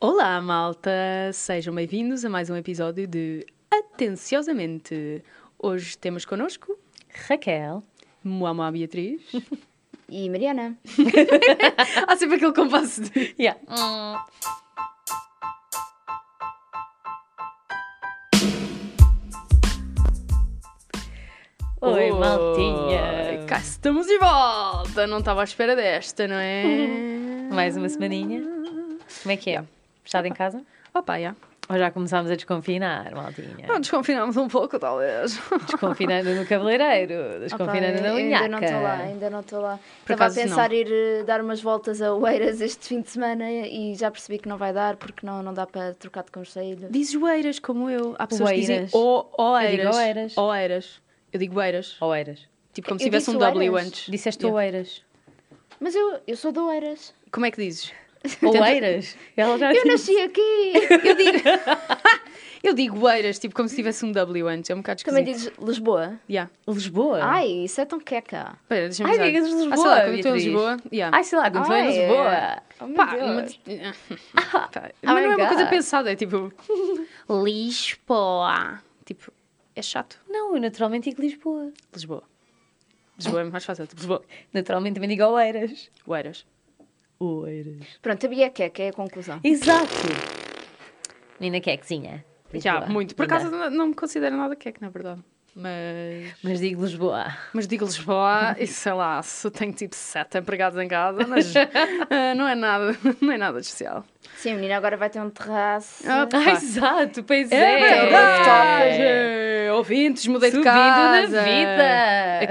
Olá, malta! Sejam bem-vindos a mais um episódio de Atenciosamente. Hoje temos connosco Raquel. Moamá Beatriz. E Mariana. Há sempre aquele compasso de. Yeah. Oi, Oh, maltinha. Cá estamos de volta! Não estava à espera desta, não é? Mais uma semaninha. Como é que é? Fechado em casa? Opa, já. Ou já começámos a desconfinar, maltinha? Não, desconfinámos um pouco, talvez. Desconfinando no cabeleireiro, desconfinando Opa, na eu- eu Ainda não estou lá, linhaca. ainda não estou lá. Por Estava a acaso, pensar não. ir eh, dar umas voltas a Oeiras este fim de semana e já percebi que não vai dar porque não, não dá para trocar de conselho. Diz oeiras como eu. Há pessoas que dizem Oeiras. o- Eu oeiras. digo oeiras. Oeiras. Eu digo oeiras. Oeiras. Tipo como Eu se tivesse um disse W oeiras. antes. Disseste Yeah. oeiras. Mas eu, eu sou de Oeiras. Como é que dizes? Oeiras? Ela já Eu disse. nasci aqui! Eu digo. eu digo oeiras, tipo como se tivesse um W antes. É um bocado esquisito. Também dizes Lisboa? Yeah. Lisboa? Ai, isso é tão queca. Espera, deixa-me Ai, usar. digas Lisboa, Ah, sei lá, quando eu estou em Beatriz. Lisboa. Yeah. Ai, sei lá, quando tu em Ai, Lisboa. é. Oh, meu Pá, Deus. mas- Tá. Mas my não é uma God. coisa pensada, é tipo. Lisboa. Tipo, é chato. Não, eu naturalmente digo Lisboa. Lisboa. Lisboa é mais fácil. Tipo, Lisboa. Naturalmente também digo Oeiras. Oeiras. Oeiras. Pronto, a Bia é queca, é a conclusão. Exato. Menina quequezinha. Já, Lisboa. muito. Por Linda. acaso não, não me considero nada queque, na verdade. Mas. Mas digo Lisboa. Mas digo Lisboa e sei lá, se tenho tipo sete empregados em casa, mas eh, não, é nada, não é nada de especial. Sim, a menina agora vai ter um terraço. Ah, Ah, Pá. exato, pois é. É verdade. verdade! Ouvintes, mudei Subindo de casa. na vida.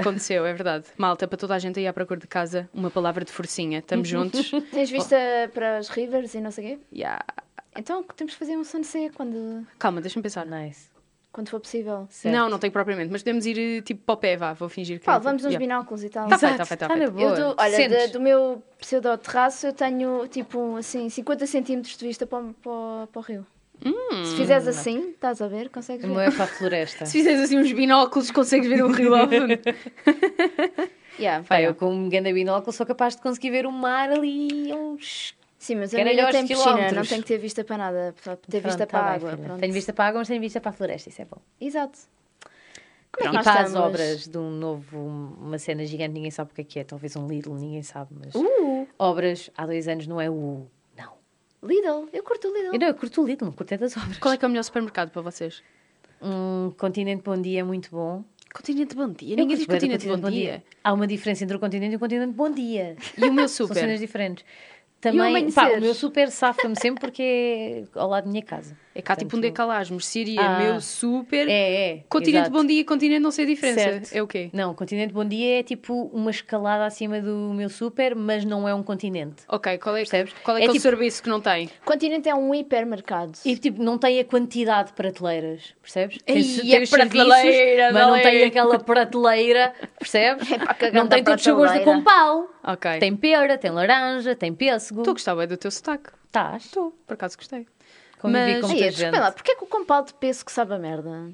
Aconteceu, é verdade. Malta, para toda a gente aí à procura de casa, uma palavra de forcinha. Estamos juntos. Tens vista para as rivers e não sei o quê? Yeah. Então temos que fazer um sunset quando, Calma, deixa-me pensar. Ah, Nice. quando for possível. Certo. Não, não tenho propriamente, mas podemos ir eh, tipo para o pé, vá, vou fingir que. Pá, vamos uns Yeah. binóculos e tal. Tá feito, Exato, tá feito, tá tá na feito. boa. Eu dou, olha, Sentes. da- do meu pseudo terraço eu tenho tipo um, assim 50 centímetros de vista para, o- para, o- para o rio. Se fizeres assim, estás a ver? Consegues O ver? meu Hum. é para a floresta. Se fizeres assim uns binóculos, consegues ver o rio ao fundo. Yeah. Pá, eu com um grande binóculo sou capaz de conseguir ver o mar ali uns... Sim, mas a Caralho, minha tem é aos piscina, não quilómetros. tem que ter vista para nada, só ter Pronto, tá vista para a bem, água. filha. pronto. Tenho vista para a água, mas tenho vista para a floresta, isso é bom. Exato. Como é que e nós para as estamos? obras de um novo, uma cena gigante, ninguém sabe o que é que é, talvez um Lidl, ninguém sabe, mas... Uh, Obras, há dois anos, não é o... Não. Lidl, eu curto o Lidl. Eu não, eu curto o Lidl, não curto é das obras. Qual é que é o melhor supermercado para vocês? Um Continente Bom Dia é muito bom. Continente Bom Dia. Eu Ninguém curto diz bué do Continente Bom Dia. Há uma diferença entre o Continente e o Continente Bom Dia. E o meu São cenas super? diferentes. E o Também, amanhecer? pá, o meu super safa-me sempre porque é ao lado da minha casa. É cá tipo um Portanto, decalagem. Seria Ah. meu super. É, é. Continente exato. Bom Dia e Continente não sei a diferença. Certo. É o quê? Não, o Continente Bom Dia é tipo uma escalada acima do meu super, mas não é um continente. Ok, qual é, Percebes? Qual é, É aquele tipo- serviço que não tem? Continente é um hipermercado. E tipo, não tem a quantidade de prateleiras, percebes? Ei, se- a prateleira mas não dali. tem aquela prateleira, percebes? É pá, que não grande tem tipo todos os sabores do prateleira. compal. Ok. Tem pera, tem laranja, tem pêssego. Estou a gostar bem do teu sotaque. Estás? Estou, por acaso gostei. Convivi Mas- com Ei, muita gente. desculpa lá, porquê que o compal de peso que sabe a merda?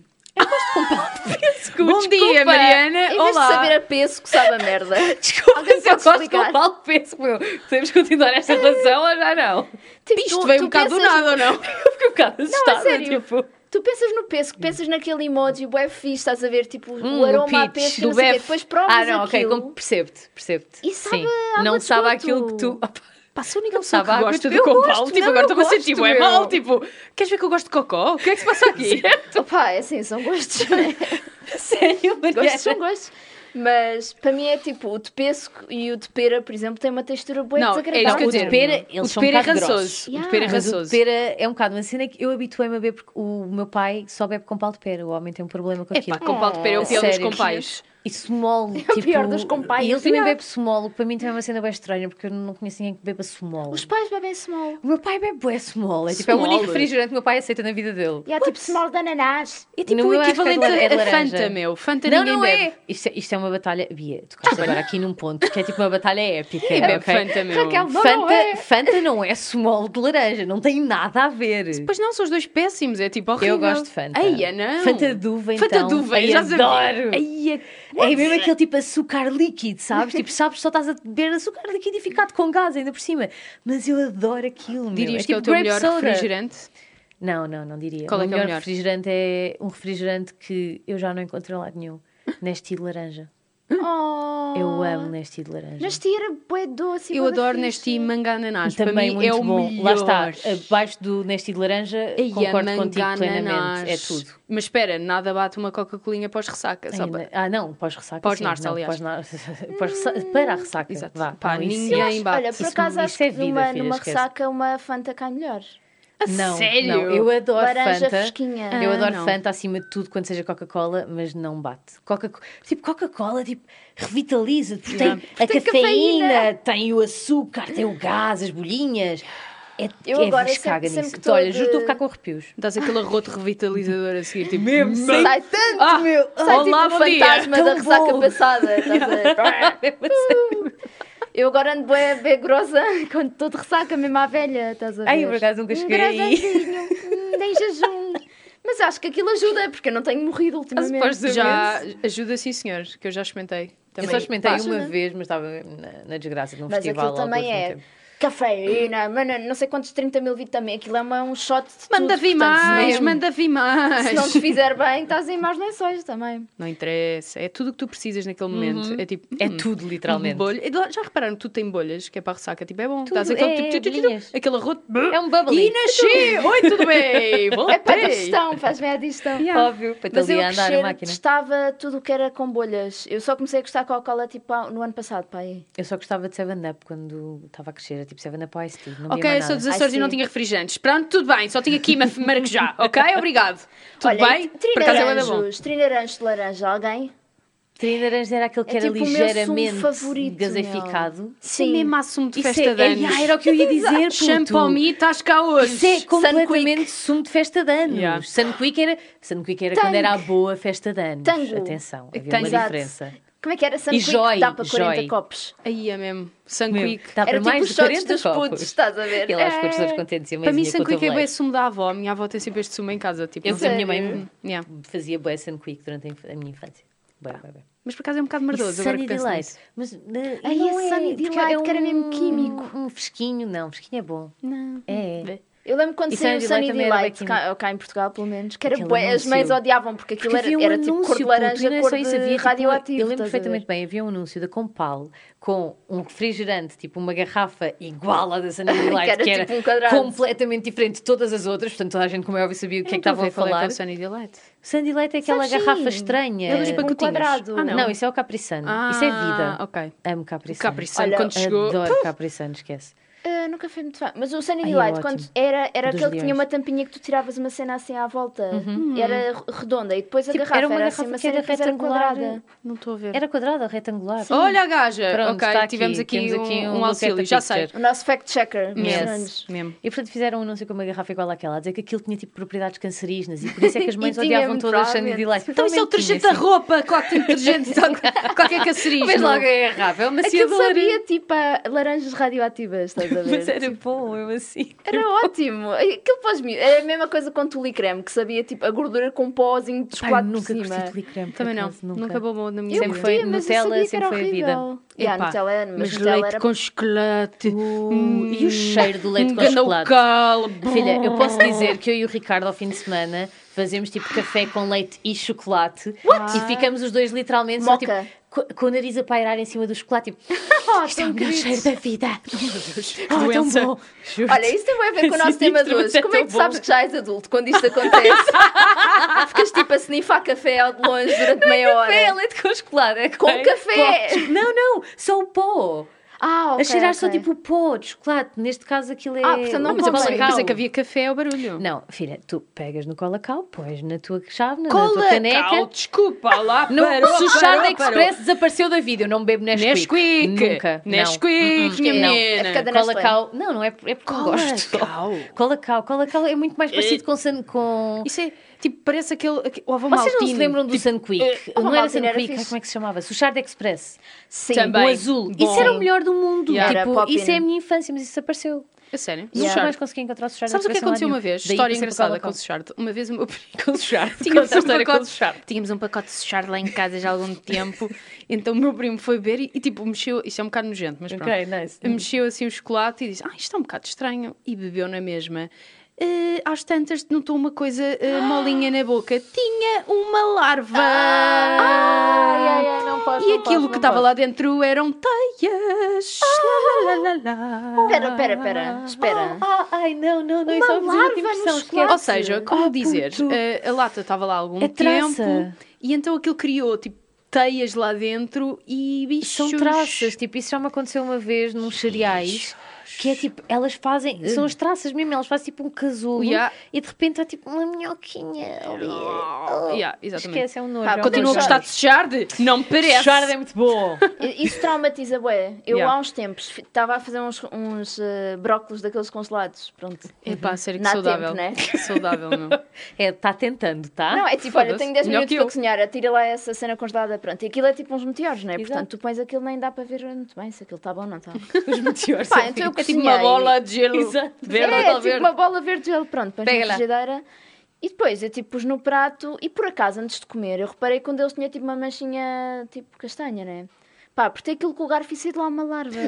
Bom dia, É, Em Mariana. vez Olá. de saber a peso que sabe a merda. Desculpa, Alguém se eu pode gosto explicar? do mal peso, meu. Podemos continuar esta relação ou já não? Tipo, Isto tu- veio tu um bocado do pensas- nada, ou não? é Eu fiquei um bocado assustada, sério. tipo... Tu pensas no peso, que pensas naquele emoji, o é fixe, estás a ver, tipo, hum, o aroma a pitch peso, que do não sei o quê. Bef. Depois provas Ah, não, aquilo. ok, como- percebo-te, percebo-te. E sabe Sim. água Não de sabe esgoto. aquilo que tu... Opa, Pá, sou a única pessoa Sabe que a água gosta de- do eu compal. gosto, Tipo, não, agora eu estou a sentir gosto, tipo, é meu. mal. Tipo, queres ver que eu gosto de cocó? O que é que se passa aqui? Opa, é assim, são gostos, não é? sério, Gostos são Mariana? gostos. Mas para mim é tipo, o de pesco e o de pera, por exemplo, têm uma textura boa Não, é isso que eu desagradável. Tipo, ia dizer. de pera, o eles de são pera um é bocado rançoso. O de pera é grossos. Yeah. Mas o de rançoso. pera é um bocado uma cena que eu habituei-me a beber porque o meu pai só bebe com pau de pera. O homem tem um problema com É aquilo. pá, compal de pera é o A pior dos sério. Tipo, compais. E sumolo. É o pior dos compais, E ele também pior. bebe sumolo, que para mim também é uma cena bem estranha, porque eu não conheço ninguém que beba sumolo. Os pais bebem small. O meu pai bebe bué small. É, tipo, é o Small? único refrigerante que o meu pai aceita na vida dele. E há tipo small de ananás. É E tipo no o meu acho que equivalente é de a laranja. Fanta, meu. Fanta Não, ninguém não bebe. é. Isto, é. isto é uma batalha... Bia, tocaste agora aqui num ponto que é tipo uma batalha épica. Quem bebe ok? Fanta, meu? Raquel, não, É, Fanta, não é. Fanta não é small de laranja. Não tem nada a ver. Pois não, são os dois péssimos. É tipo horrível. Eu gosto de Fanta. Eia, não. Fanta Duva, então. Fanta Duva, Ai, já sabia. adoro. Eia, É mesmo aquele tipo açúcar líquido, sabes? tipo, sabes, só estás a beber açúcar liquidificado com gás ainda por cima. Mas eu adoro aquilo, meu. Dirias é que é tipo o teu grape melhor soda. refrigerante? Não, não, não diria. Qual é o que é o melhor melhor? refrigerante é um refrigerante que eu já não encontro em lado nenhum. Neste tipo de laranja. Oh. Hum. Eu Ah. amo neste de laranja. Neste era bué doce. e Eu bué da adoro fixe. neste mangananás. Também Para mim muito é o bom. melhor. Lá está, abaixo do Nesti de laranja, Ei, a concordo contigo mangananás. plenamente. É tudo. Mas espera, nada bate uma Coca-Colinha pós-ressaca. É Só Ainda- para... Ah, não, pós-ressaca. Pós sim, nasta, não, aliás. pós-na- pós-ressa- Para a ressaca. Exato. Vá, Pá, não, isso- ninguém- Eu E aí acho- bate. Olha, por Isso- acaso acho isso é que vida, numa, filha, numa esquece. ressaca uma Fanta cai melhor. Não, sério? não, eu adoro Laranja Fanta. fresquinha. Eu Ah, adoro não. Fanta acima de tudo quando seja Coca-Cola, mas não bate. Coca tipo, Coca-Cola tipo, revitaliza, porque Yeah. tem a cafeína, tem o açúcar, tem o gás, as bolhinhas. É, Eu é agora vos caga sempre- sempre nisso. que tô Olha, juro que estou a de- ficar com arrepios. Dás aquele arroto revitalizador a seguir, tipo... Mesmo, "Não". sem- Sai tanto, Ah, meu. Sai olá, tipo uma bom dia. fantasma Tão da ressaca bom. passada. estás a ver? eu agora ando bué, bué grossa quando estou de ressaca, mesmo à velha. Estás a ver? Ai, eu por acaso nunca Um cheguei aí. grasazinho, hum, Nem jejum. Mas acho que aquilo ajuda, porque eu não tenho Ah, morrido se ultimamente. podes dizer Já ajuda sim, senhor, que eu já experimentei. Eu Também. só experimentei Pá, uma ajuda. vez, mas estava na, na desgraça de um né? Mas festival. aquilo também um é cafeína, mano, não sei quantos 30 mil vitaminas. Aquilo é uma, um shot de tudo, Manda vir portanto, mais, mesmo- manda vir Se não mais. te fizer bem, estás em maus lençóis também. Não interessa, é tudo o que tu precisas naquele momento. É tipo... É hum, tudo, literalmente. Bolha. E lá- Já repararam que tudo tem bolhas, que é para a ressaca, tipo, é bom. Tudo, Dás aquele é, tipo, é, tiu, tiu, tiu, bolinhas. aquele arroto. É um bubbly. E nasci! Oi, tudo bem? Voltei. É para a digestão, faz bem a digestão. Oh, Yeah. É Óbvio, para Mas ali eu a a andar a crescer máquina. testava tudo o que era com bolhas. Eu só comecei a gostar de Coca-Cola tipo há- no ano passado, pai. Eu só gostava de 7-Up quando estava a crescer. Era tipo 7-Up ou Ice Tea. Não Ok, via eu mais sou nada. dos Açores Ai, e não sim. tinha refrigerantes. Pronto, tudo bem, só tinha aqui ma- maracujá. Ok, obrigado. Tudo bem? Por acaso é bué da bom. trinaranjos, trinaranjos de laranja, alguém? Trina Laranja era aquele que É era tipo o meu sumo ligeiramente favorito, gaseificado. Isso é mesmo assumo de Isso festa é, de anos. Ai, era o que eu ia dizer, puto. Champomi, estás cá hoje. Isso é completamente sumo de festa de anos. Yeah. Sunquick era, Sunquick era Tango. quando era a boa festa de anos. Tango. Atenção, havia Tango. uma Exato. diferença. Como é que era? Sunquick joy, dá para 40 joy. copos. Aí é mesmo. Sunquick. Dá Era para tipo mais os de shots 40 dos putos, copos. estás a ver? E lá os putos É. todos contentes e a Para mim, mãe com o Sunquick é bem tabuleiro. sumo da avó. A minha avó tem sempre este sumo em casa. Tipo, Eu não sei, a sei. minha mãe Yeah. fazia bué Sunquick durante a inf- a minha infância. Bué, bué, bué. Mas por acaso é um bocado E merdoso. Agora Sunny que penso Delight. nisso. Mas, né, Ai, não esse é, Sunny porque Delight, que era mesmo químico. Um, um fresquinho, não, fresquinho é bom. Não. É. Vê. Eu lembro quando E saiu o Sunny Delight Sunny também era bem Delight, cá, cá em Portugal pelo menos, que era Aquele bué, as anúncio. mães odiavam porque aquilo Porque era, havia um era tipo cor de anúncio, puto, laranja, e não é cor só isso, havia, de tipo, radioativo. Eu lembro estás a ver? perfeitamente bem, havia um anúncio da Compal com um refrigerante, tipo uma garrafa igual à da Sunny Delight, era que era tipo um quadrado. completamente diferente de todas as outras, portanto toda a gente, como é óbvio, sabia o que é que estavam a falar. Sunny Delight. Sunny Light é aquela Sabes, garrafa sim. estranha. Aqueles não, pacotinhos. tipo um quadrado. Ah, não. isso é o Capri Sun. Ah, isso é vida. Ok. Amo O Capri Sun. Capri Sun, Olha, quando chegou. Adoro Capri Sun, esquece. Ah, nunca fui muito fã. Mas o Sunny Ai, é Delight, ótimo. quando era, era Dos aquele que tinha leões. uma tampinha que tu tiravas uma cena assim à volta. Era re- redonda e depois a Hum. Tipo, garrafa era era, uma assim, garrafa uma que era cena que era retangular. quadrada. Não estou a ver. Era quadrada, retangular. Olha a gaja. Pronto, ok, está aqui, tivemos aqui temos um, aqui um um look at the auxílio. Já sei. picture. O nosso fact-checker. Yes. Fernandes. Mesmo. E portanto fizeram um anúncio com uma garrafa igual àquela, a dizer que aquilo tinha tipo propriedades cancerígenas e por isso é que as mães E tinha, odiavam todas a Sunny provavelmente. Delight. Então isso é o detergente da roupa, claro que tem detergente, então, qualquer cancerígeno. Mas logo é a garrafa, é uma Aquilo maciadora. sabia tipo a laranjas radioativas, estás a Mas ver? era bom, eu assim. Era ótimo. Aquilo pós mim. É a mesma coisa com tule creme, que sabia tipo a gordura com pózinho de Pai, chocolate por nunca cima. gostei de licrame. por Também não, acaso, nunca bombou na minha Eu Sempre vida. foi curtia, mas eu Nutella, sabia que sempre era foi a horrível. vida. Yeah, Epá, Nutella era, mas, Mas Nutella leite era com chocolate. Hum, Uh, e o cheiro do leite um com grande chocolate. caldo. Filha, eu Hum. posso dizer que eu e o Ricardo ao fim de semana fazemos tipo café com leite e chocolate e ficamos os dois literalmente só tipo Moca. Ah, co- com o nariz a pairar em cima do chocolate, tipo, um isto é o melhor cheiro da vida. Ah, Oh, tão doença. bom. Olha, isso tem bué a ver com o nosso tema de Sinistro, mas é hoje. Como é tão que tu bom. sabes que já és adulto quando isto acontece? Ficas tipo a snifar café ao de longe durante meia Café, é hora. leite com chocolate. é Com ok? café. Pó. Não, não, só o pó. Ah, ok. a cheirar só ok. tipo o pó de chocolate. Neste caso aquilo é Ah, portanto, não o Mas eu Cola pensei- Colacau. pensei que havia café ao barulho. Não, filha, tu pegas no colacau, pões na tua chave, na tua Colacau, caneca. desculpa lá, Não, parou, se o chá parou, da parou. Express desapareceu da vida, eu não bebo Nesquik. Nesquik. Nunca. não. Nesquik, minha Não. menina. É por causa da Nestlé. Colacau. Não, não é, é porque eu gosto. Colacau. É- Colacau. Colacau é muito mais parecido com, san- com Isso Tipo, é Tipo, parece aquele. aquele o Vocês não se Ovomaltine. lembram do Sun é, Quick? eh, não era Ovomaltine Sun era Quick, fixe. como é que se chamava? Sushard Express. Sim. Também. O azul. Bom. Isso era o Sim. melhor do mundo. Yeah. Era Tipo, Poppin. isso é a minha infância, mas isso desapareceu. A É sério? Nunca Sushard. mais consegui encontrar o Sushard Sabes o que Express em lado aconteceu uma nenhum. vez? Daí história passei para engraçada com Coca-Cola. o Sushard. Uma vez o meu primo com o Sushard. Tínhamos Conta a um história com o pacote- Sushard. Tínhamos um pacote de Sushard lá em casa já há algum tempo. Então o meu primo foi ver e, e, tipo mexeu. Isto é um bocado nojento, mas pronto. Ok, nice. Mexeu assim o chocolate e disse: Ah, isto está um bocado estranho. E bebeu na mesma. Eh, às tantas notou uma coisa eh, molinha na boca. Tinha uma larva! Ah! Ai, ai, ai, E não posso. não posso, aquilo não que estava posso. lá dentro eram teias. Lá, lá, lá, lá, lá. Espera, espera, espera. Espera. Ah, ai, não, não, não. Isso é uma larva impressão. no esquece. Ou seja, como Ah, dizer, eh, puto. a, a lata estava lá há algum É traça. tempo e então aquilo criou tipo teias lá dentro e bichos. São traças, tipo, isso já me aconteceu uma vez nos cereais, que é tipo, elas fazem, são as traças mesmo, elas fazem tipo um casulo Yeah. e de repente há tipo uma minhoquinha ali. Oh, Yeah, exatamente. Esquece, é um nojo. Pá, é um Continua a nojo. gostar de Sharde? Não me parece. Charda é muito bom. Isso traumatiza, bué. Eu Yeah. há uns tempos estava a fazer uns, uns eh, brócolos daqueles congelados. Pronto. Epá, sério que Dá saudável. tempo, né? Saudável, meu. É, está tentando, tá? Não, é tipo, olha, Foda-se, tenho 10 melhor minutos que para eu. cozinhar, atira lá essa cena congelada, pronto. E aquilo é tipo uns meteoros, não é? Exato. Portanto, tu pões aquilo, nem dá para ver muito bem se aquilo está bom ou não tá. está. Os meteoros. Pá, são então eu fixos. É tipo uma cozinhei. bola de gelo Exato. verde. tá é, talvez. tipo uma bola verde de gelo, pronto, pões Pega na lá. frigideira. E depois eu tipo pus no prato e por acaso antes de comer eu reparei que um deles tinha tipo uma manchinha tipo castanha, né? Pá, porque tem aquilo com o garfo e saiu de lá uma larva.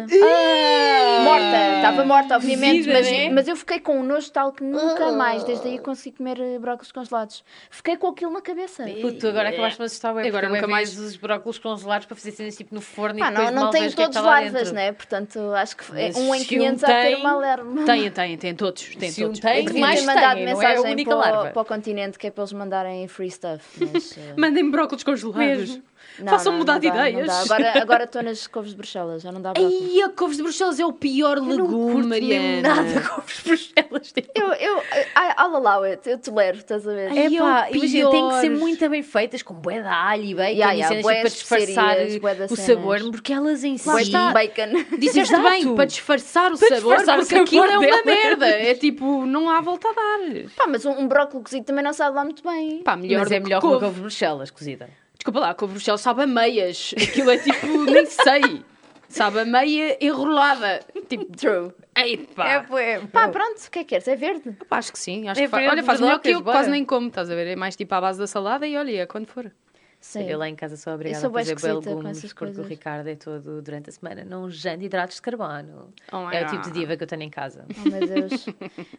Ah! Morta, estava Ah! morta, obviamente, Vida, mas, né? mas eu fiquei com um nojo tal que nunca mais, desde aí, consegui comer eh, brócolis congelados. Fiquei com aquilo na cabeça. Puto, tu agora acabaste de me assustar bem. Agora Agora nunca nunca mais os brócolos congelados para fazer cenas tipo no forno e Pá, depois não, não mal tem vês o que é que todos está lá larvas, dentro. né? Portanto, acho que é Mas um em se um 500 há a ter tem, uma alarma. Tem, tem, tem todos. Tem Se um todos. tem, O que Devia mais ter mandado têm, não é a mensagem única para, larva. O, para o continente que é para eles mandarem free stuff. Mas, eh, Mandem-me brócolis congelados. Mesmo. não, Façam não, mudar não de dá, não ideias. dá. Agora, agora estou nas couves de Bruxelas, já não dá brócolis. Ai, a couves de Bruxelas é o pior legume, curto Mariana. mesmo nada com os Bruxelas. tipo. Eu, eu, I- I'll allow it, eu tolero, estás a ver? Ai, É E pá, ao imagina, têm que ser piores. muito bem feitas, com bué de alho e bacon Ya, e ya, cenas bué tipo, para disfarçar especiarias, bué de o cenas. sabor, porque elas em si... Bué de bacon. Dizeste Exato. bem, para disfarçar o Para sabor, disfarçar o porque aquilo sabor é uma delas. merda. É tipo, não há volta a dar. Pá, mas um, um brócolis cozido também não sabe lá muito bem. Pá, melhor Mas do é melhor que que couve. uma couve de Bruxelas cozida. Desculpa lá, a couve de Bruxelas sabe a meias. Aquilo é tipo, nem sei. Sabe a meia enrolada. Tipo, True. ei pá. É Pá, pronto, o que é que queres? É verde? Pá, acho que sim. Acho É que faz. verde Olha, faz melhor que eu, brodocas, bora. quase nem como, estás a ver? É mais tipo à base da salada e olha, quando for. Sim. Eu lá em casa sou obrigada sou a bué fazer esquisita com legumes essas porque o coisas. Ricardo é todo durante a semana. Não janta hidratos de carbono. Oh my é o tipo de God. diva que eu tenho em casa. Oh, meu Deus.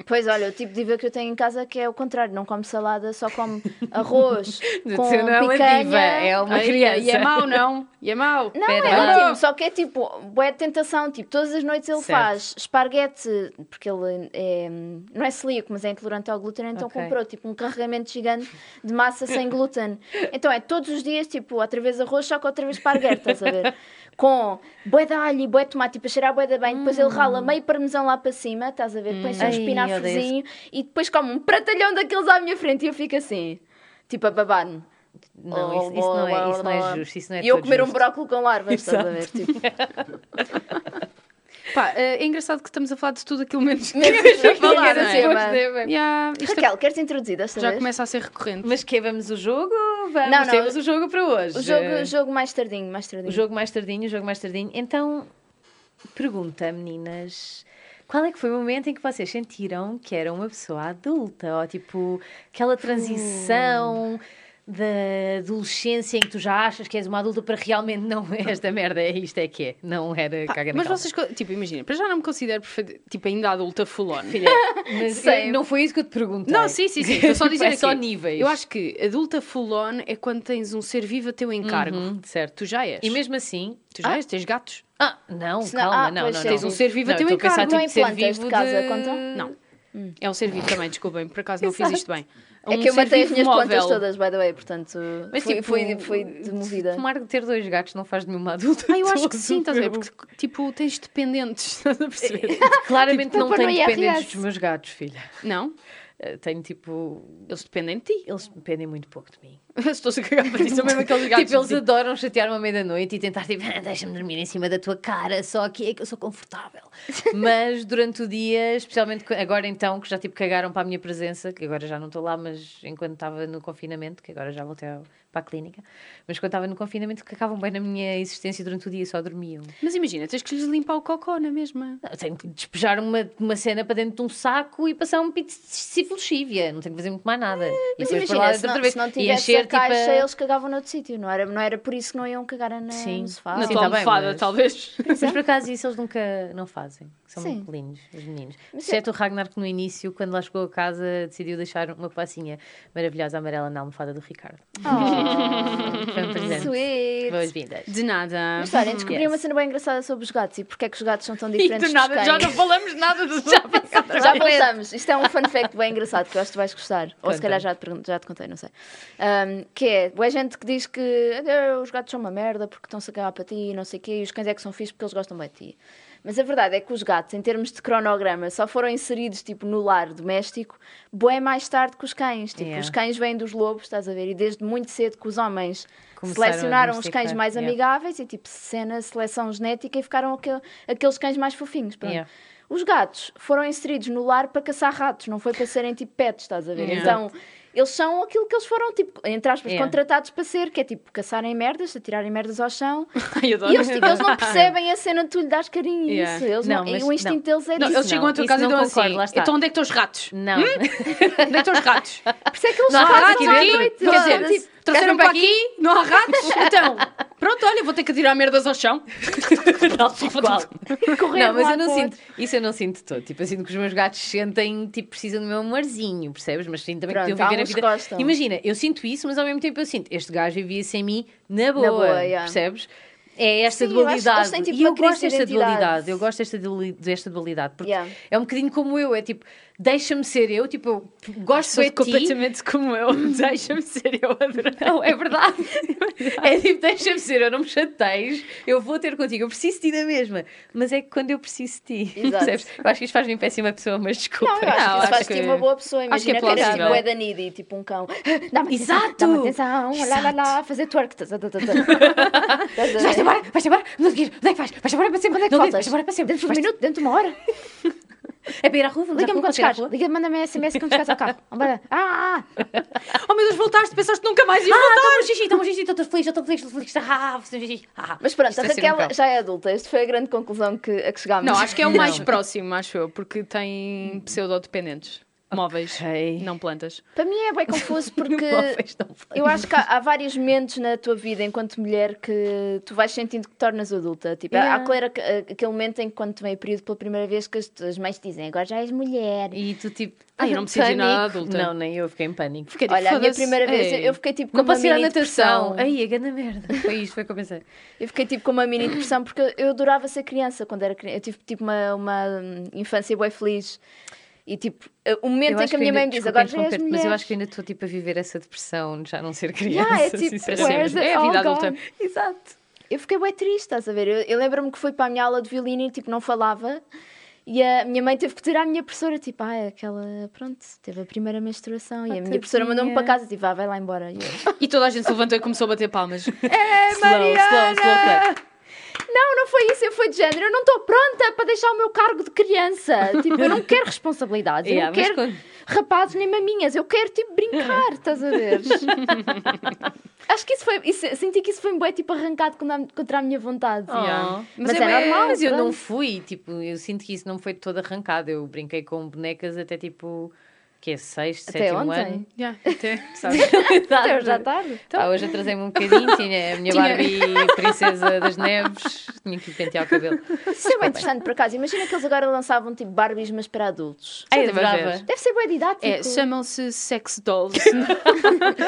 pois olha, o tipo de diva que eu tenho em casa é que é o contrário, não come salada, só come arroz com Você não é uma picanha. diva, é uma Ai, criança. E é mau, não? E é mau. Não, Pera é lá. ótimo, só que é tipo, é tentação, tipo, todas as noites ele Certo. faz esparguete, porque ele é, não é celíaco, mas é intolerante ao glúten, então Ok. comprou tipo um carregamento gigante de massa sem glúten. Então é todos os dias, tipo, outra vez arroz, só que outra vez esparguete, estás a ver? Com bué de alho e bué de tomate, tipo, a cheirar bué da bem, depois ele rala meio parmesão lá para cima, estás a ver? Põe só um Hum. Ai, espinafrezinho e depois come um pratalhão daqueles à minha frente e eu fico assim, tipo, a babar-me. Oh, Não, isso, isso não é, isso não é justo. Isso não é E eu todo comer um justo. brócolis com larvas, estás a ver? Tipo, Pá, é engraçado que estamos a falar de tudo aquilo menos que Menos queremos do que falar, quer não é? dizer. Yeah, isto Raquel, queres introduzir desta já vez? começa a ser recorrente. Mas que vamos o jogo? Vamos, Não, não. temos o jogo para hoje. O jogo, o jogo mais tardinho, mais tardinho. O jogo mais tardinho, o jogo mais tardinho. Então, pergunta, meninas. Qual é que foi o momento em que vocês sentiram que era uma pessoa adulta? Ou tipo, Hum. aquela transição da adolescência em que tu já achas que és uma adulta para realmente não esta merda é isto é que é. Não era Pá, caga na mas calça. vocês, co- tipo, imagina, para já não me considero perfeita, tipo, ainda adulta full on. Filha, mas Sei. eu- não foi isso que eu te perguntei. Não, sim, sim, sim. Estou só a dizer é aqui. só níveis. Eu acho que adulta full on é quando tens um ser vivo a teu encargo. Uhum, certo. Tu já és. E mesmo assim, Tu já és, tens gatos. Ah, não, Se não- calma, ah, não, pois não, sim. não. Tens um ser vivo a Não, ter um estou a pensar, encargo. tipo, Não ser implantas de vivo casa, de- Hum. conta? Não. É um ser vivo também, desculpem, por acaso não fiz isto bem. É um que eu ser matei as vivo minhas plantas móvel. todas, by the way, portanto. Mas fui, tipo, fui, fui demovida. Tomar de ter dois gatos não faz de mim uma adulta. Ah, eu acho que Estou sim, estás a ver? super- Porque, tipo, tens dependentes, estás a perceber? Claramente Tipo, não para tenho no IRS. dependentes dos meus gatos, filha. Não? Eh, Tenho tipo. Eles dependem de ti. Eles dependem muito pouco de mim. Estou-se a cagar para ti, são é mesmo aqueles gatos. Tipo, eles assim. adoram chatear-me à meia-noite e tentar, tipo, "Ah, deixa-me dormir em cima da tua cara, só aqui é que eu sou confortável. mas durante o dia, especialmente co- agora então, que já tipo cagaram para a minha presença, que agora já não estou lá, mas enquanto estava no confinamento, que agora já voltei ao- para a clínica, mas quando estava no confinamento, cagavam bem na minha existência durante o dia, só dormiam. Mas imagina, tens que lhes limpar o cocó na mesma. Não, eu tenho que despejar uma, uma cena para dentro de um saco e passar um pito de cifloxívia. Não tenho que fazer muito mais nada. e É, Mas depois pôr imagina, lá se outra não, vez se não e tivesse encher a caixa, tipo. a- eles cagavam noutro sítio, não era, não era por isso que não iam cagar na, Sim. no sofá. na sim, tua tá bem, almofada, mas- talvez. Mas por acaso isso eles nunca não fazem. São Sim. muito lindos, os meninos. Mas é- Exceto o Ragnar que no início, quando lá chegou a casa, decidiu deixar uma passinha maravilhosa amarela na almofada do Ricardo. Oh, Foi um presente. sweet. Boas-vindas. De nada. Hum. Mas olha, descobri Yes. uma cena bem engraçada sobre os gatos e porque é que os gatos são tão E diferentes de nada, dos já cães. não falamos nada do já Já voltamos. Isto é um fun fact bem engraçado que eu acho que tu vais gostar. Ou Conta. se calhar já te, pergun- já te contei, não sei. Um, que é, boa gente que diz que "Ah, os gatos são uma merda porque estão-se a cagar para ti e não sei o quê, e os cães é que são fixos porque eles gostam bem de ti. Mas a verdade é que os gatos, em termos de cronograma, só foram inseridos tipo no lar doméstico bem mais tarde que os cães. Tipo, Yeah. os cães vêm dos lobos, estás a ver? E desde muito cedo que os homens Começaram a selecionaram os cães domesticar, mais yeah. amigáveis e tipo cena, seleção genética e ficaram aquel- aqueles cães mais fofinhos. Pronto. Yeah. Os gatos foram inseridos no lar para caçar ratos, não foi para serem tipo pets, estás a ver? Yeah. Então, eles são aquilo que eles foram, tipo, entre aspas, Yeah. contratados para ser, que é tipo caçarem merdas, atirarem merdas ao chão. Ai, adoro. E eles, tipo, eles não percebem a cena de tu lhe dares carinho e Yeah. isso. Eles Não, não, e mas- o instinto não. deles é Não, disso. eles chegam à tua isso casa e não dão concordo, assim. lá está. Então onde é que estão os ratos? Não. Onde é que estão os ratos? Por isso é que eles Não há fazem ratos aqui à dentro. noite. Quer dizer, Eles são, tipo, trouxeram trazem para para aqui, não há ratos? Então, pronto, olha, vou ter que tirar merdas ao chão. Igual. correr Não, de mas um eu lado não para o sinto. Isso eu não sinto todo. Tipo, eu sinto que os meus gatos sentem, tipo, precisam do meu amarzinho, percebes? Mas sinto também que Pronto, devo viver a alguns vida. gostam. Imagina, eu sinto isso, mas ao mesmo tempo eu sinto, este gajo vivia sem mim na boa, boa, yeah. percebes? É esta Sim, eu acho que eles dualidade. têm, tipo, e eu uma crise gosto de desta identidade. dualidade. Eu gosto desta, duali- desta dualidade. Porque Yeah. é um bocadinho como eu. É tipo, deixa-me ser eu. Tipo, eu gosto Sou de ti. completamente como eu. Deixa-me ser eu adorar. Não, é verdade. É tipo, deixa-me ser, eu não me chateis, eu vou ter contigo, eu preciso de ti da mesma. Mas é que quando eu preciso de ti, Exato. percebes? Eu acho que isto faz-me péssima pessoa, mas desculpa. Não, eu acho Não, que isso acho faz-te que- uma boa pessoa. acho que é Imagina que eras tipo plausível. bué da needy, tipo um cão. Dá-me Exato! atenção, dá-me atenção, lá lá lá, fazer twerk. tá, Estás a ver? Vais-te embora, vais-te embora, não te quero, onde é que vais? Vais-te embora para sempre, Quando é que não, voltas? vais-te embora para sempre. Dentro de um Vais-te- minuto, dentro de uma hora? É para ir à rua, vamos à Liga-me rua, quando vamos ir à chegares. rua. Liga, manda-me SMS quando chegares ao carro. Vambora. Ah, ah, Oh meu Deus, voltaste, pensaste que nunca mais ia Ah, voltar. estou no xixi, estou no xixi, estou todo feliz, estou todo feliz, estou todo feliz. Ah, estou no xixi. Ah, Mas pronto, isto a vai ser um Raquel caos. já é adulta. Esta foi a grande conclusão que, a que chegámos. Não, acho que é o Não. mais próximo, acho eu, porque tem pseudodependentes. Móveis, Ok. não plantas. Para mim é bem confuso porque Móveis não fazem. eu acho que há, há vários momentos na tua vida enquanto mulher que tu vais sentindo que te tornas adulta. Tipo, há- Yeah. há claro, aquele momento em que quando te meio período pela primeira vez que as tuas mães te dizem agora já és mulher. E tu tipo. Ah, eu não preciso de nada adulta. Não, nem eu fiquei em pânico. Fiquei tipo, Olha, a minha foda-se. É. primeira vez Ei. eu fiquei tipo com Não uma posso ir à mini natação. depressão. Aí, a grande merda. Foi isto, foi o que eu pensei. Eu fiquei tipo com uma mini depressão porque eu- eu adorava ser criança quando era criança. Eu tive tipo uma, uma hum, infância bem feliz. E tipo, eh, o momento em que a minha mãe me diz agora já és mulher. Mas eu acho que ainda estou tipo a viver essa depressão de já não ser criança. Yeah, é tipo, sinceramente. where's it É a all vida gone? adulta. Exato. Eu fiquei bem triste, estás a ver? Eu, eu lembro-me que fui para a minha aula de violino e tipo, não falava. E a minha mãe teve que dizer à minha professora, tipo, ah, aquela, pronto, teve a primeira menstruação. E a minha professora tadinha. mandou-me para casa, tipo, ah, vai lá embora. E eu, E toda a gente se levantou e começou a bater palmas. É Slow, slow, slow clap. não, não foi isso, eu fui de género, eu não estou pronta para deixar o meu cargo de criança. Tipo, eu não quero responsabilidades, Yeah, eu mas não quero quando- rapazes nem maminhas, eu quero, tipo, brincar, estás a ver? Acho que isso foi, isso- senti que isso foi um bué, tipo, arrancado contra a- contra a minha vontade. Oh. Yeah. Mas é bem- normal, Mas eu não pronto. fui, tipo, eu sinto que isso não foi todo arrancado. Eu brinquei com bonecas até tipo, que é sexto, Até sétimo ontem. ano. Yeah, até, sabes? Até hoje à tarde. Pá, hoje atrasei-me um bocadinho, tinha a minha Tinha. Barbie princesa das neves, tinha que lhe pentear o cabelo. Isso é bem interessante, por acaso. Imagina que eles agora lançavam tipo Barbies, mas para adultos. Ai, Sim, deve haver. adorava. Deve ser bem didático. É, chamam-se sex dolls.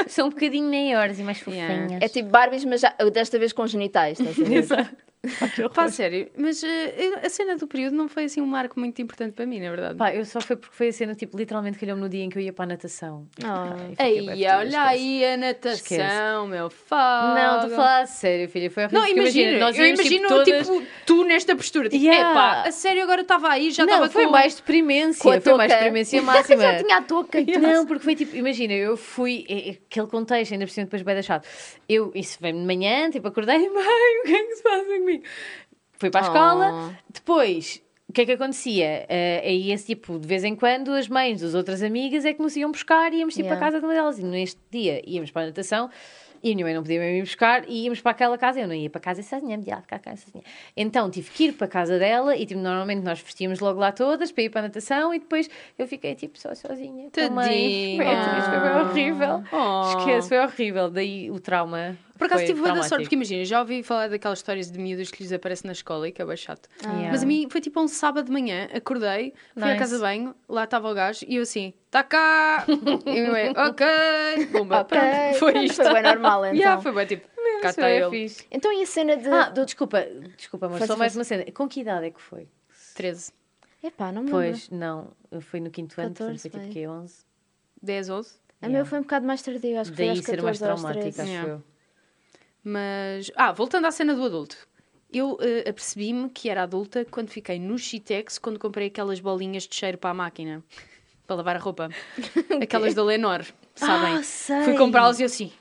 São um bocadinho maiores e mais Yeah. fofinhas. tipo É tipo Barbies, mas já- desta vez com genitais, estás a ver? Exato. Pá, sério, mas eh, eu- a cena do período não foi assim um marco muito importante para mim, na verdade. Pá, eu só foi porque foi a cena, tipo, literalmente calhou-me no dia em que eu ia para a natação. Ai, fiquei bem fodida, olha esquece. aí a natação, Esquece. meu fogo. Não, estou a falar a sério, filha. Foi horrível. Não, porque imagina, nós eu íamos, imagino, todas- tipo, tu nesta postura. Tipo, Yeah. epá, a sério, agora estava aí, já não, estava foi com... mais com a deprimência, foi mais touca. deprimência máxima. Já tinha a touca. Não, porque foi tipo, imagina, eu fui, é- é aquele contexto, ainda por cima depois bem deixado. Eu, isso veio-me de manhã, tipo, acordei, mãe, o que é que se passa comigo? Fui para Oh. a escola, depois, o que é que acontecia? Eh, Aí, esse tipo, de vez em quando, as mães das outras amigas é que nos iam buscar e íamos tipo Yeah. para a casa de uma delas. E neste dia íamos para a natação. E a minha mãe não podia mesmo ir buscar e íamos para aquela casa. Eu não ia para casa sozinha, podia ficar cá sozinha. Então tive que ir para a casa dela e tipo, normalmente nós vestíamos logo lá todas para ir para a natação e depois eu fiquei tipo só sozinha. Também. Tadinha. Ah. Foi triste, foi bem horrível. Oh. Esquece, foi horrível. Daí o trauma. Por acaso foi tive boa da sorte, porque traumático. imagina, já ouvi falar daquelas histórias de miúdos que lhes aparece na escola e que é bem chato. Ah. Yeah. Mas a mim foi tipo um sábado de manhã, acordei, fui à Nice. casa de banho, lá estava o gajo e eu assim, tá cá! e eu, é, ok! Bomba, Ok, pronto, foi pronto, isto. foi bem normal, então. Yeah, foi bem tipo, cá Isso está é ele, fixe. Então e a cena de. Ah, do... desculpa, desculpa, mas Faz- só mais faz- uma cena. Com que idade é que foi? 13, Epá, não me lembro. Pois, não, foi no quinto ano, portanto foi 14, tipo que 11. 10, 11. A minha foi um bocado mais tardia, acho que foi Daí às ser mais 14 ou às traumática, 13. acho Yeah. eu. Mas, ah, voltando à cena do adulto. Eu eh, apercebi-me que era adulta quando fiquei no Chitex, quando comprei aquelas bolinhas de cheiro para a máquina, para lavar a roupa. Aquelas da Lenor, sabem? Ah, sei. Fui comprá-las e eu assim,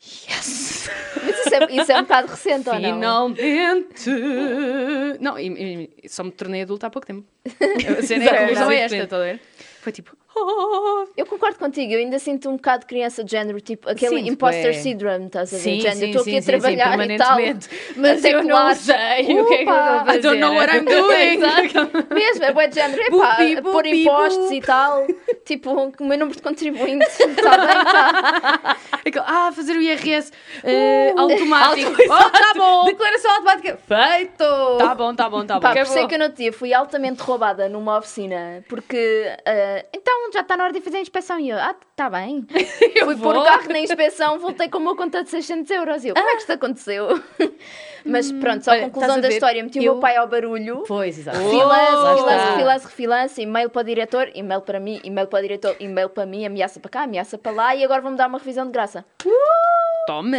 yes! Mas isso é, isso é um bocado recente, ou não? Finalmente! Não, e- e- só me tornei adulta há pouco tempo. A cena Exato. a conclusão é esta, Exatamente. está a ver? Foi tipo, oh! Eu concordo contigo, eu ainda sinto um bocado de criança de género, tipo aquele Sinto, bué. imposter syndrome, estás a ver? Sim, Género, sim, eu estou sim, aqui a sim, sim, trabalhar e tal, permanentemente. mas eu não claro, sei o que é que eu estou a Opa, um fazer. I don't know what I'm doing! Mesmo, é bué de género, epá, Bupi, bupi, pôr impostos bu. e tal, tipo, o meu número de contribuinte, está bem, tá. Aquele, ah, fazer o IRS eh, automático. Automático. oh, tá bom! Declaração automática. Feito! Tá bom, tá bom, tá bom. Pá, por Acabou. isso é que eu não tinha, fui altamente roubada numa oficina, porque, ah, então, já está na hora de fazer a inspeção, e eu, ah, está bem. Eu Fui vou. pôr o carro na inspeção, voltei com uma conta de 600 euros. E eu, como é que isto aconteceu? Mas pronto, só a Ah. Hum, Olha, estás conclusão a da ver? história. Meti o Eu- meu pai ao barulho. Pois, exato. Freelance, Oh! Lá freelance, está. freelance, freelance, e-mail para o diretor, e-mail para mim, e-mail para o diretor, e-mail para mim, ameaça para cá, ameaça para lá e agora vão-me dar uma revisão de graça. Toma!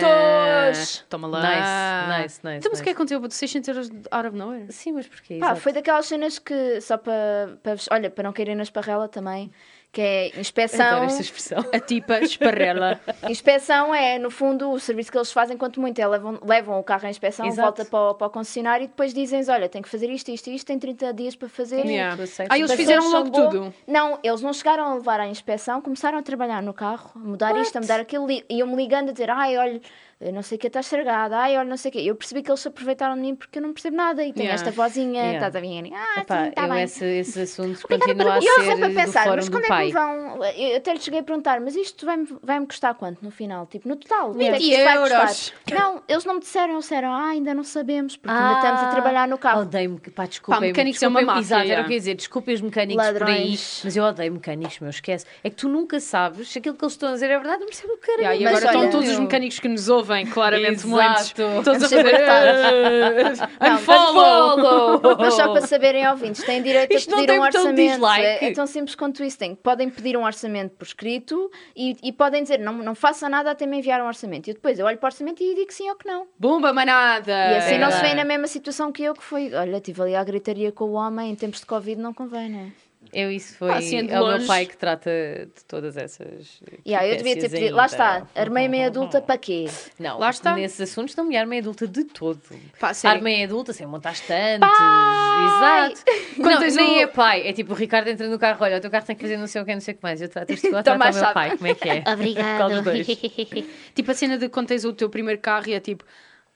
Direitos! Toma lá! Nice, nice, Então, nice, mas o nice. que é que aconteceu? Vou de 600 euros de out of nowhere? Sim, mas porquê? Pá, Exato. foi daquelas cenas que, só para, para vos- olha, para não caírem na esparrela também, que é inspeção. Adoro esta expressão. A tipa esparrela. Inspeção é, no fundo, o serviço que eles fazem, quanto muito é, levam, levam o carro à inspeção, Exato. volta para o, para o concessionário e depois dizem olha, tem que fazer isto, isto e isto, tem 30 dias para fazer. Yeah. eu aceito. Ah, eles Passou, fizeram logo sambou. tudo. Não, eles não chegaram a levar à inspeção, começaram a trabalhar no carro, a mudar isto, a mudar aquilo, e iam-me ligando a dizer, ai, olha, eu não sei o que está estragada, ai, olha, não sei o que. Eu percebi que eles se aproveitaram de mim porque eu não percebo nada e tenho Yeah. esta vozinha, Yeah. estás a vir, ah, Epá, sim, está eu bem. esse, esse assunto Obrigada continua a E eu ser sempre a pensar, do fórum mas do quando é que pai. me vão. Eu até lhe cheguei a perguntar, mas isto vai-me vai custar quanto no final? Tipo, no total, quanto é que 20 isto vai euros. custar? Não, eles não me disseram, eles disseram, ah, ainda não sabemos, porque ainda estamos Ah, a trabalhar no carro. Odeio, pá, desculpa. Pá, mecânicos é uma máfia, Exato, era yeah. o que eu ia dizer. Desculpem os mecânicos por aí, Ladrões. mas eu odeio mecânicos, meu, esquece. É que tu nunca sabes se aquilo que eles estão a dizer é verdade, não percebo o caralho. Yeah, e Mas agora estão olha- todos os mecânicos que nos ouvem, claramente Exato. muitos. Todos a "Ah, Vamos ser fazer. Não, Unfollow! unfollow. Mas só para saberem, ouvintes, têm direito Isto a não pedir tem um botão de orçamento. dislike. É, é tão simples quanto isso. Tem. Podem pedir um orçamento por escrito e, e podem dizer, não, não façam nada até me enviar um orçamento. E eu depois eu olho para o orçamento e digo sim ou que não. Bomba manada! É E assim não se verdade. vê na mesma situação que eu, que foi, olha, estive ali à gritaria com o homem, em tempos de Covid não convém, não é? Eu, isso foi. Ah, assim, de é o meu longe. pai que trata de todas essas. Yeah, eu devia ter peripécias pedido. Lá ainda. está, armei meia adulta para quê? Não, Lá está. nesses assuntos não me arma adulta de todo. Pá, sério. Arma adulta sem montar estantes. Pai! Exato. Quando não, tens nem o- é pai. É tipo, o Ricardo entra no carro, olha, o teu carro tem que fazer não sei o que, não sei o que mais. Eu trato isto agora, trato ao mais meu sabe. pai. Como é que é? Qual dos dois? Tipo a cena de quando tens o teu primeiro carro e é tipo,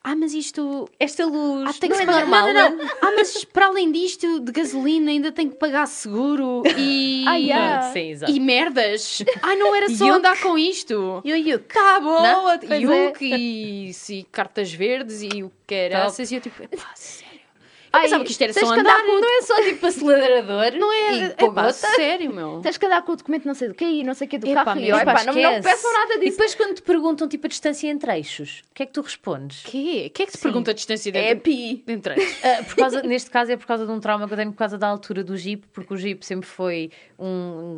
ah, mas isto. Esta luz. Ah, tem não que é pagar- normal. não, não, não. Ah, mas para além disto, de gasolina, ainda tenho que pagar seguro e. Ah, yeah. Sim, exato. E merdas! Ai, não era só Yuck. andar com isto! E o Yuke? Tá boa! Não? Pois é. Yuk e, e cartas verdes e o que era. Top. essas, E eu tipo, pá, sério. Eu pensava que isto era tens só que andar. andar com- não é só tipo acelerador. Não E é. É pô, pá, gota. sério, meu. Tens que andar com o documento não sei do que e não sei o que do Epá, carro. E meu, eu, epá, epá, não, não esquece. peçam nada E disso. depois quando te perguntam tipo a distância entre eixos, o que é que tu respondes? Quê? O que é que se Sim. pergunta a distância É dentro? pi. Dentro. Ah, por causa, neste caso é por causa de um trauma que eu tenho por causa da altura do Jeep, porque o Jeep sempre foi um,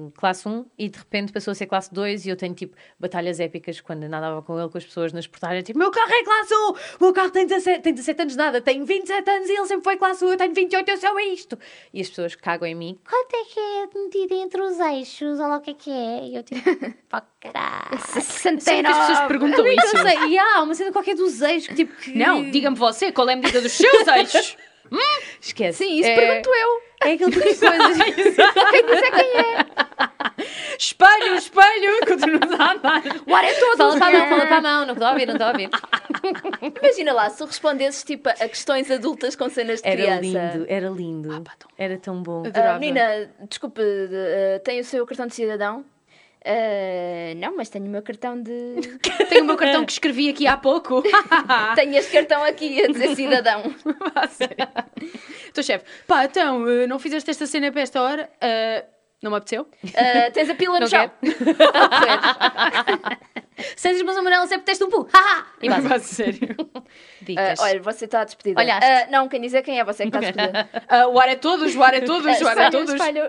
um classe 1 e de repente passou a ser classe 2 e eu tenho tipo batalhas épicas quando nadava com ele com as pessoas nas portagens, tipo, meu carro é classe 1, meu carro tem 17, tem 17 anos nada, tenho 27 anos e ele sempre foi classe 1, eu tenho 28, eu sou isto. E as pessoas cagam em mim, quanto é que é de medida entre os eixos, olha lá o que é que é? E eu tipo, pá, caralho. Sempre que as pessoas perguntam isso. Eu sei, e há uma cena qualquer dos eixos que tipo que- Não, diga-me você qual é a medida dos seus eixos. Esquece. Sim, isso é, pergunto eu. É aquele tipo de coisas. Quem quiser quem é. Espelho, espelho. Continuas a andar. O ar é todo. Fala para a mão, fala para a mão, não estou a ouvir, não estou a ouvir. Imagina lá, se respondesses tipo a questões adultas com cenas de Era criança. lindo, era lindo. Era tão bom. Adorava. Ah, menina, desculpe, de- ah, tem o seu cartão de cidadão? Ah, não, mas tenho o meu cartão de. Tenho o meu cartão que escrevi aqui há pouco. Ah. tenho este cartão aqui a dizer cidadão. Pá, sério. Então, chefe, pá, então, eh, não fizeste esta cena para esta hora? Eh, não me apeteceu? Ah, tens a pila no Não chão. Ah, Santos, mas amarelo, sempre teste um pu. Ha, ha! E vaza. Pá, sério. Ah, Dicas. olha, você está despedida. Olhaste. Ah, não, quem dizer quem é você que está despedida. Ah, Ah, o ar é todos, o ar é todos, o ar é todos. espalho.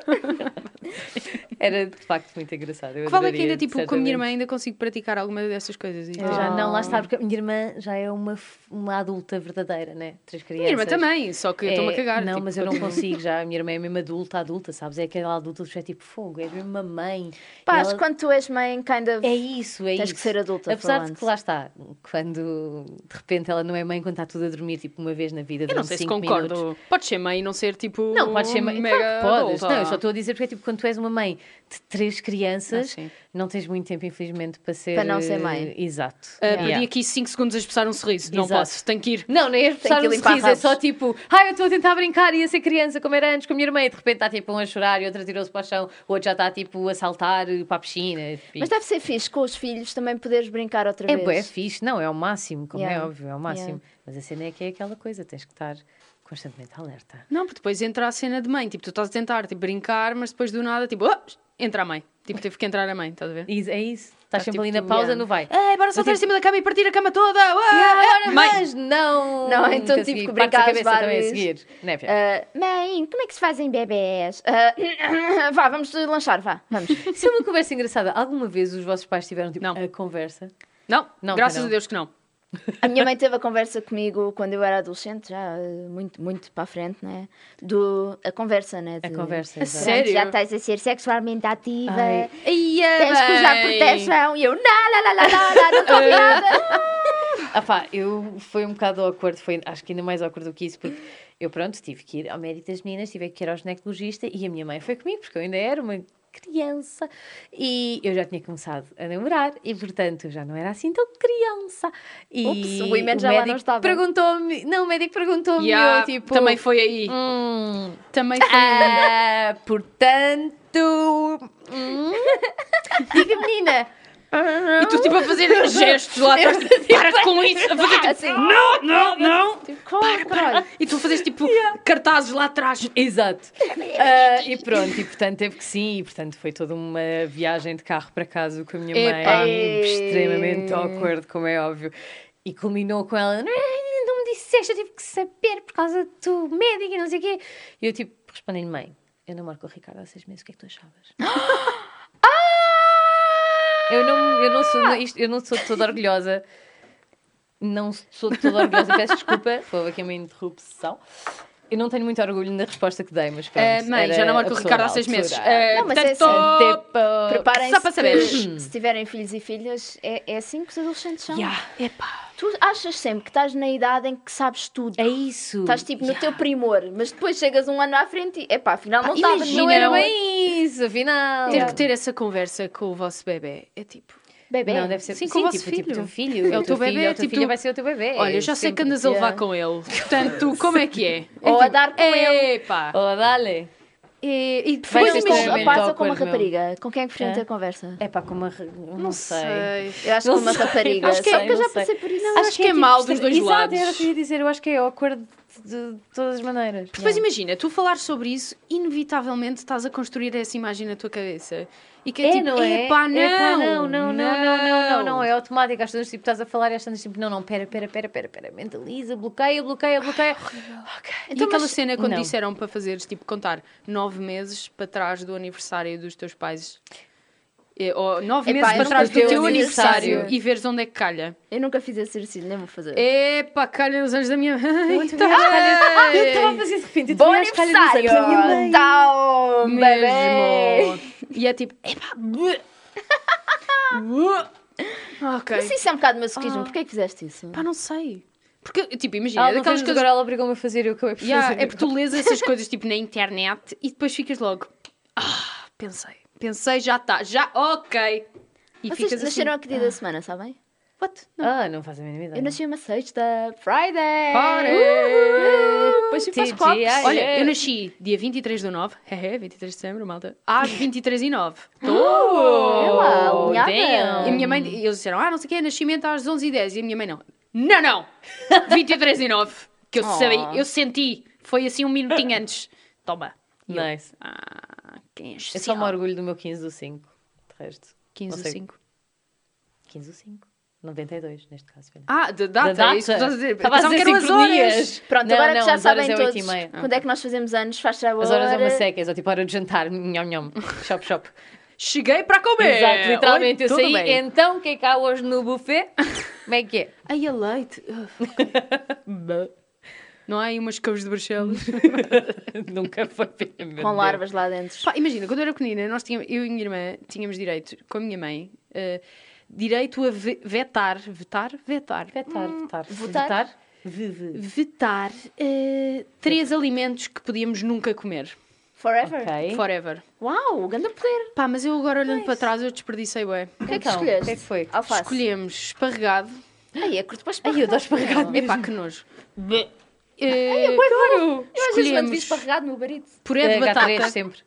Era de facto muito engraçado. Eu Fala que adoraria, ainda, tipo, com a minha irmã certamente. ainda consigo praticar alguma dessas coisas. Tipo, E- Ah. Eu Já não, lá está, porque a minha irmã já é uma, f- uma adulta verdadeira, né? Três crianças. Minha irmã também, só que eu estou-me É, a cagar. Não, tipo, mas eu não continuo. consigo já. A minha irmã é mesmo adulta, adulta, sabes? É aquela adulta que é tipo fogo, é mesmo uma mãe. Pá, E acho ela- que quando tu és mãe, kind of. É isso, é Tens isso. que ser adulta, Apesar de falando. que lá está, quando de repente ela não é mãe quando está tudo a dormir, tipo uma vez na vida, Eu não durante sei se cinco concordo. minutos. Podes ser mãe e não ser, tipo, Não, pode ser mãe. mega Claro que podes. adulta. Não, eu só estou a dizer porque é tipo quando tu és uma mãe de três Ah, crianças, sim. não tens muito tempo, infelizmente, para ser. Para não ser mãe. eh, Exato. Ah, Yeah. Perdi aqui 5 segundos a expressar um sorriso. Não Exato. posso, tenho que ir. Não, não é expressar que um limpar sorriso, é rabos. só tipo, ai, eu estou a tentar brincar, ia ser criança, como era antes, com a minha irmã, e de repente está tipo um a chorar, e outra tirou-se para o chão, o outro já está tipo a saltar eh, para a piscina. e- Mas deve ser fixe com os filhos também poderes brincar outra É, vez. bué, é fixe, não, é o máximo, como é Yeah. óbvio, é o máximo. Mas a cena é que é aquela coisa, tens que estar constantemente alerta. Não, porque depois entra a cena de mãe. Tipo, tu estás a tentar tipo, brincar, mas depois do nada, tipo, "Ah, entra a mãe. Tipo, teve que entrar a mãe, estás a ver? E é isso, estás sempre tipo, ali na tu- pausa, Tá yeah. não vai. Ei, bora saltar em cima da cama e partir a cama toda! Ah, Agora, ah, mãe! mas não! Não, então consegui, tive que partes a brincar cabeça às também a Barbies. seguir. Né, Népia. Ah, mãe, como é que se fazem bebés? Ah, vá, vamos lanchar, vá. Vamos. Isso é uma conversa engraçada. Alguma vez os vossos pais tiveram tipo Não. a conversa? Não, Não, graças não. a Deus que não. A minha mãe teve a conversa comigo quando eu era adolescente, já eh, muito, muito para a frente, né? Do, a conversa, né? A de- conversa. A exato. sério? "Pronto, Já estás a ser sexualmente ativa. Ai. Tens que usar proteção. E eu, não, lá, lá, lá, lá, lá, não estou virada. Ah pá, eu foi um bocado awkward, foi, acho que ainda mais awkward do que isso, porque eu pronto, tive que ir ao médico das meninas, tive que ir ao ginecologista e a minha mãe foi comigo, porque eu ainda era uma criança e eu já tinha começado a namorar e portanto eu já não era assim tão criança e Ups, o Iman já lá não médico estava. perguntou-me não, o médico perguntou-me Yeah, eu tipo Também foi aí. "Hum, Também foi aí. ah, portanto hum, diga menina E tu, tipo, a fazer gestos lá atrás, tipo, para com isso, a fazer tipo, Assim. não, não, não. Tipo, como, caralho? E tu fazes tipo cartazes lá atrás. Exato. Ah, e pronto, e portanto teve que sim, e portanto foi toda uma viagem de carro para casa com a minha Epá. mãe, extremamente awkward, como é óbvio. E culminou com ela, "Ai, não me disseste, eu tive que saber por causa do médico e não sei o quê. E eu tipo, respondi-lhe, mãe, eu namoro com o Ricardo há seis meses, o que é que tu achavas? eu, não, eu, não sou, isto- eu não sou toda orgulhosa. Não sou toda orgulhosa, peço desculpa, houve aqui uma interrupção. Eu não tenho muito orgulho na resposta que dei, mas pronto. Ah, mãe, já era namoro com a o Ricardo há pessoa seis da meses. altura. Ah, Não, mas é portanto, Tipo, Preparem-se. Só para saber. que Se tiverem filhos e filhas, é, é assim que os adolescentes são. yeah, epá. Tu achas sempre que estás na idade em que sabes tudo. Eh, É isso. Estás tipo no teu primor, mas depois chegas um ano à frente e epá, Ah, afinal não estava, imagina, não era não é? bem. bem isso, afinal. Ter que ter essa conversa com o vosso bebê é tipo. Bebê. Não, deve ser Sim, sim, com o vosso tipo, tipo filho. teu filho. É o teu bebê. A tua tipo, filha vai ser o teu bebê. tipo, Olha, eu já sei que sempre. andas a levar Yeah. com ele. Portanto, como é que é? Ou a dar com ele. Epá. Oh, dale. E, e depois Vai Mas ser com extremamente um rapaz ou com uma awkward, meu. rapariga? Com quem é que preferiam Hã? ter a conversa? É pá, com uma. ra- Não, sei. Eu acho Não que uma sei. rapariga. Acho que é- Só porque eu não já sei. passei por isso. Acho que é mau dos extra- dois Exato, lados. era o que eu ia dizer. Eu acho que é awkward de todas as maneiras. Depois imagina, tu falar sobre isso, inevitavelmente estás a construir essa imagem na tua cabeça. E que é, tipo, epá, não, Epá, não, não, não, não, não, não, não, é automático. Às tantas, tipo, estás a falar e às tantas, tipo, não, não, pera, pera, pera, pera, pera, mentaliza, bloqueia, bloqueia, bloqueia. Ok. E Então, aquela mas- cena quando não. disseram para fazeres, tipo, contar nove meses para trás do aniversário dos teus pais. É, Ou nove Epá, meses eu para não trás do fiz o teu aniversário. aniversário e veres onde é que calha. Eu nunca fiz esse exercício, nem vou fazer. É, Epá, calha nos anos da minha mãe. Eu estava "Ah, é, a fazer de repente. eu Bom também acho que calha nos aniversário! anos da minha mãe. Tal, bebê! Mesmo. E é tipo, epá. bleh. Bleh. ok. Mas isso é um bocado masoquismo, porquê é que fizeste isso? Pá, não sei. Porque, tipo, Ah, imagina, é uma daquelas vez coisas. agora ela obrigou-me a fazer e eu acabei por Yeah, fazer. é porque tu lês essas coisas tipo na internet e depois ficas logo. Ah, pensei, pensei, já está, já, ok. E Vocês ficas assim. nasceram a que dia da semana, sabem? What? Não. Ah, não faz a mínima ideia. Eu nasci uma sexta, Friday! Para! Depois fui para TGI. os copos. Olha, Olha, eu nasci dia 23 do 9, hehe, 23 de setembro, malta, às 23 e Oh, 9. Ela, alinhada. Ah, E a minha mãe, eles disseram, ah, não sei o que, nascimento às 11 e 10. E a minha mãe, não, não, não, 23 e 9, que eu Oh. sei, eu senti, foi assim um minutinho antes. Toma. E eu, Nice. Ah, quem é É só especial? me orgulho do meu 15 do 5. De resto. 15 Não do sei. 5. 15 do 5. 92, neste caso. filha. Ah, da data, Da é isso que estás data. a dizer. Estava a Pensavam dizer que eram as sincronias. horas. Pronto, Não, agora não, que já as horas sabem é oito e todos meia. quando é que nós fazemos anos, faz trabalho. As horas é uma seca, é só tipo a hora de jantar, nham nham, shop shop. Cheguei para comer. Exato, literalmente Oi, eu tudo saí. bem. Então, o que é que há hoje no buffet? Como é que é? Ai, a leite. Não há aí umas couves de Bruxelas? Nunca foi pena, meu Com Deus. larvas lá dentro. Pá, imagina, quando eu era pequenina, nós tínhamos, eu e minha irmã tínhamos direito, com a minha mãe, eh, direito a ve- vetar, vetar, vetar, Vetar, vetar. Votar? Votar? V, v. vetar eh, três alimentos que podíamos nunca comer, Forever? Ok. forever. Uau, grande poder! Pá, mas eu agora olhando para trás eu desperdicei bem. O que é que Então, escolheste? o que é que foi? Alface. Escolhemos esparregado. Ai, é curto para esparregado. Ai, eu dou esparregado É pá, mesmo. que nojo. Eh, Ai, é bué bom. Eu às vezes mando Escolhemos vir esparregado no barito. puré de Eh, H3 batata. É sempre.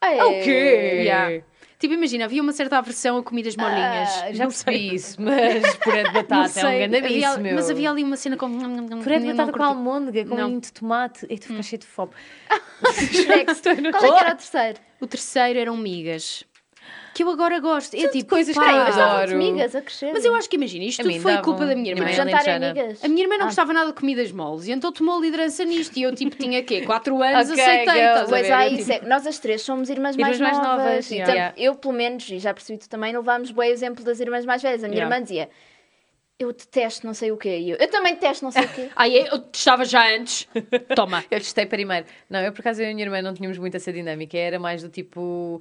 Ah, é? Ai, é. Yeah. Tipo, imagina, havia uma certa aversão a comidas molinhas. Ah, já percebi isso, mas puré de Tá, batata é um grande havia, aviso, meu. Mas havia ali uma cena com... Puré de Eu não batata com curti. almôndega, com Não. molhinho de tomate. E tu ficas cheio de fome. Next. Qual é que era o terceiro? O terceiro eram migas. Que eu agora gosto. É tipo, coisas que pá, eu Ai, eu gostava de Adoro. migas a crescer. Tipo, Mas eu acho que imagina, isto A tudo mim foi davam. culpa da minha irmã. Ah. Minha mãe Jantar em Alentejana. amigas. A minha irmã não gostava nada de comidas moles e então tomou a liderança nisto. E eu, tipo, tinha quê? 4 anos, Ok, aceitei. girl, Estás a Pois ver? há Eu, isso. tipo, é que Nós as três somos irmãs mais Irmãs mais novas. novas, Então, yeah. Eu, pelo menos, e já percebi tu também, levámos bem o exemplo das irmãs mais velhas. A minha Yeah. irmã dizia: Eu detesto não sei o quê. E eu, eu também detesto não sei o quê. Aí é, eu estava já antes. Toma. Eu testei primeiro. Não, eu por acaso eu e a minha irmã não tínhamos muito essa dinâmica. Era mais do tipo.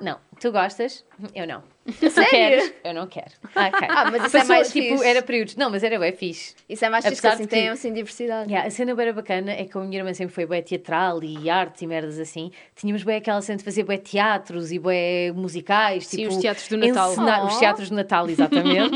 Não, tu gostas? Eu não. Tu Sério? queres? Eu não quero. Ah, ok. Ah, mas isso é mais tipo, fixe. era períodos. Não, mas era bem fixe. Isso é mais fixe que Apesar assim de que- tem assim diversidade. Yeah, a cena bem bacana é que a minha irmã sempre foi bem teatral e arte e merdas assim. Tínhamos bem aquela cena de fazer bem teatros e bem musicais. Sim, tipo, os teatros do Natal. ensena- Oh. Os teatros do Natal, exatamente.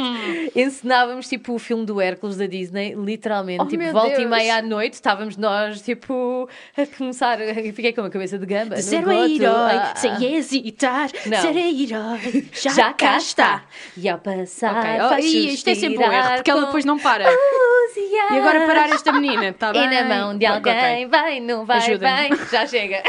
Ensinávamos tipo o filme do Hércules da Disney, literalmente. Oh, tipo, meu volta e Deus. meia à noite estávamos nós tipo a começar. E fiquei com uma cabeça de gamba. no Zero é boto. herói, Ah, sem hesitar. Não. Zero é herói, já, ah. cá está. E ao passar, Ok, faz oh, e isto é sempre um erro, suspirar porque ela com depois não para. luzias. E agora parar esta menina, está bem? E na mão de Ok, ok. alguém, vai, não vai Ajuda-me. bem, já chega.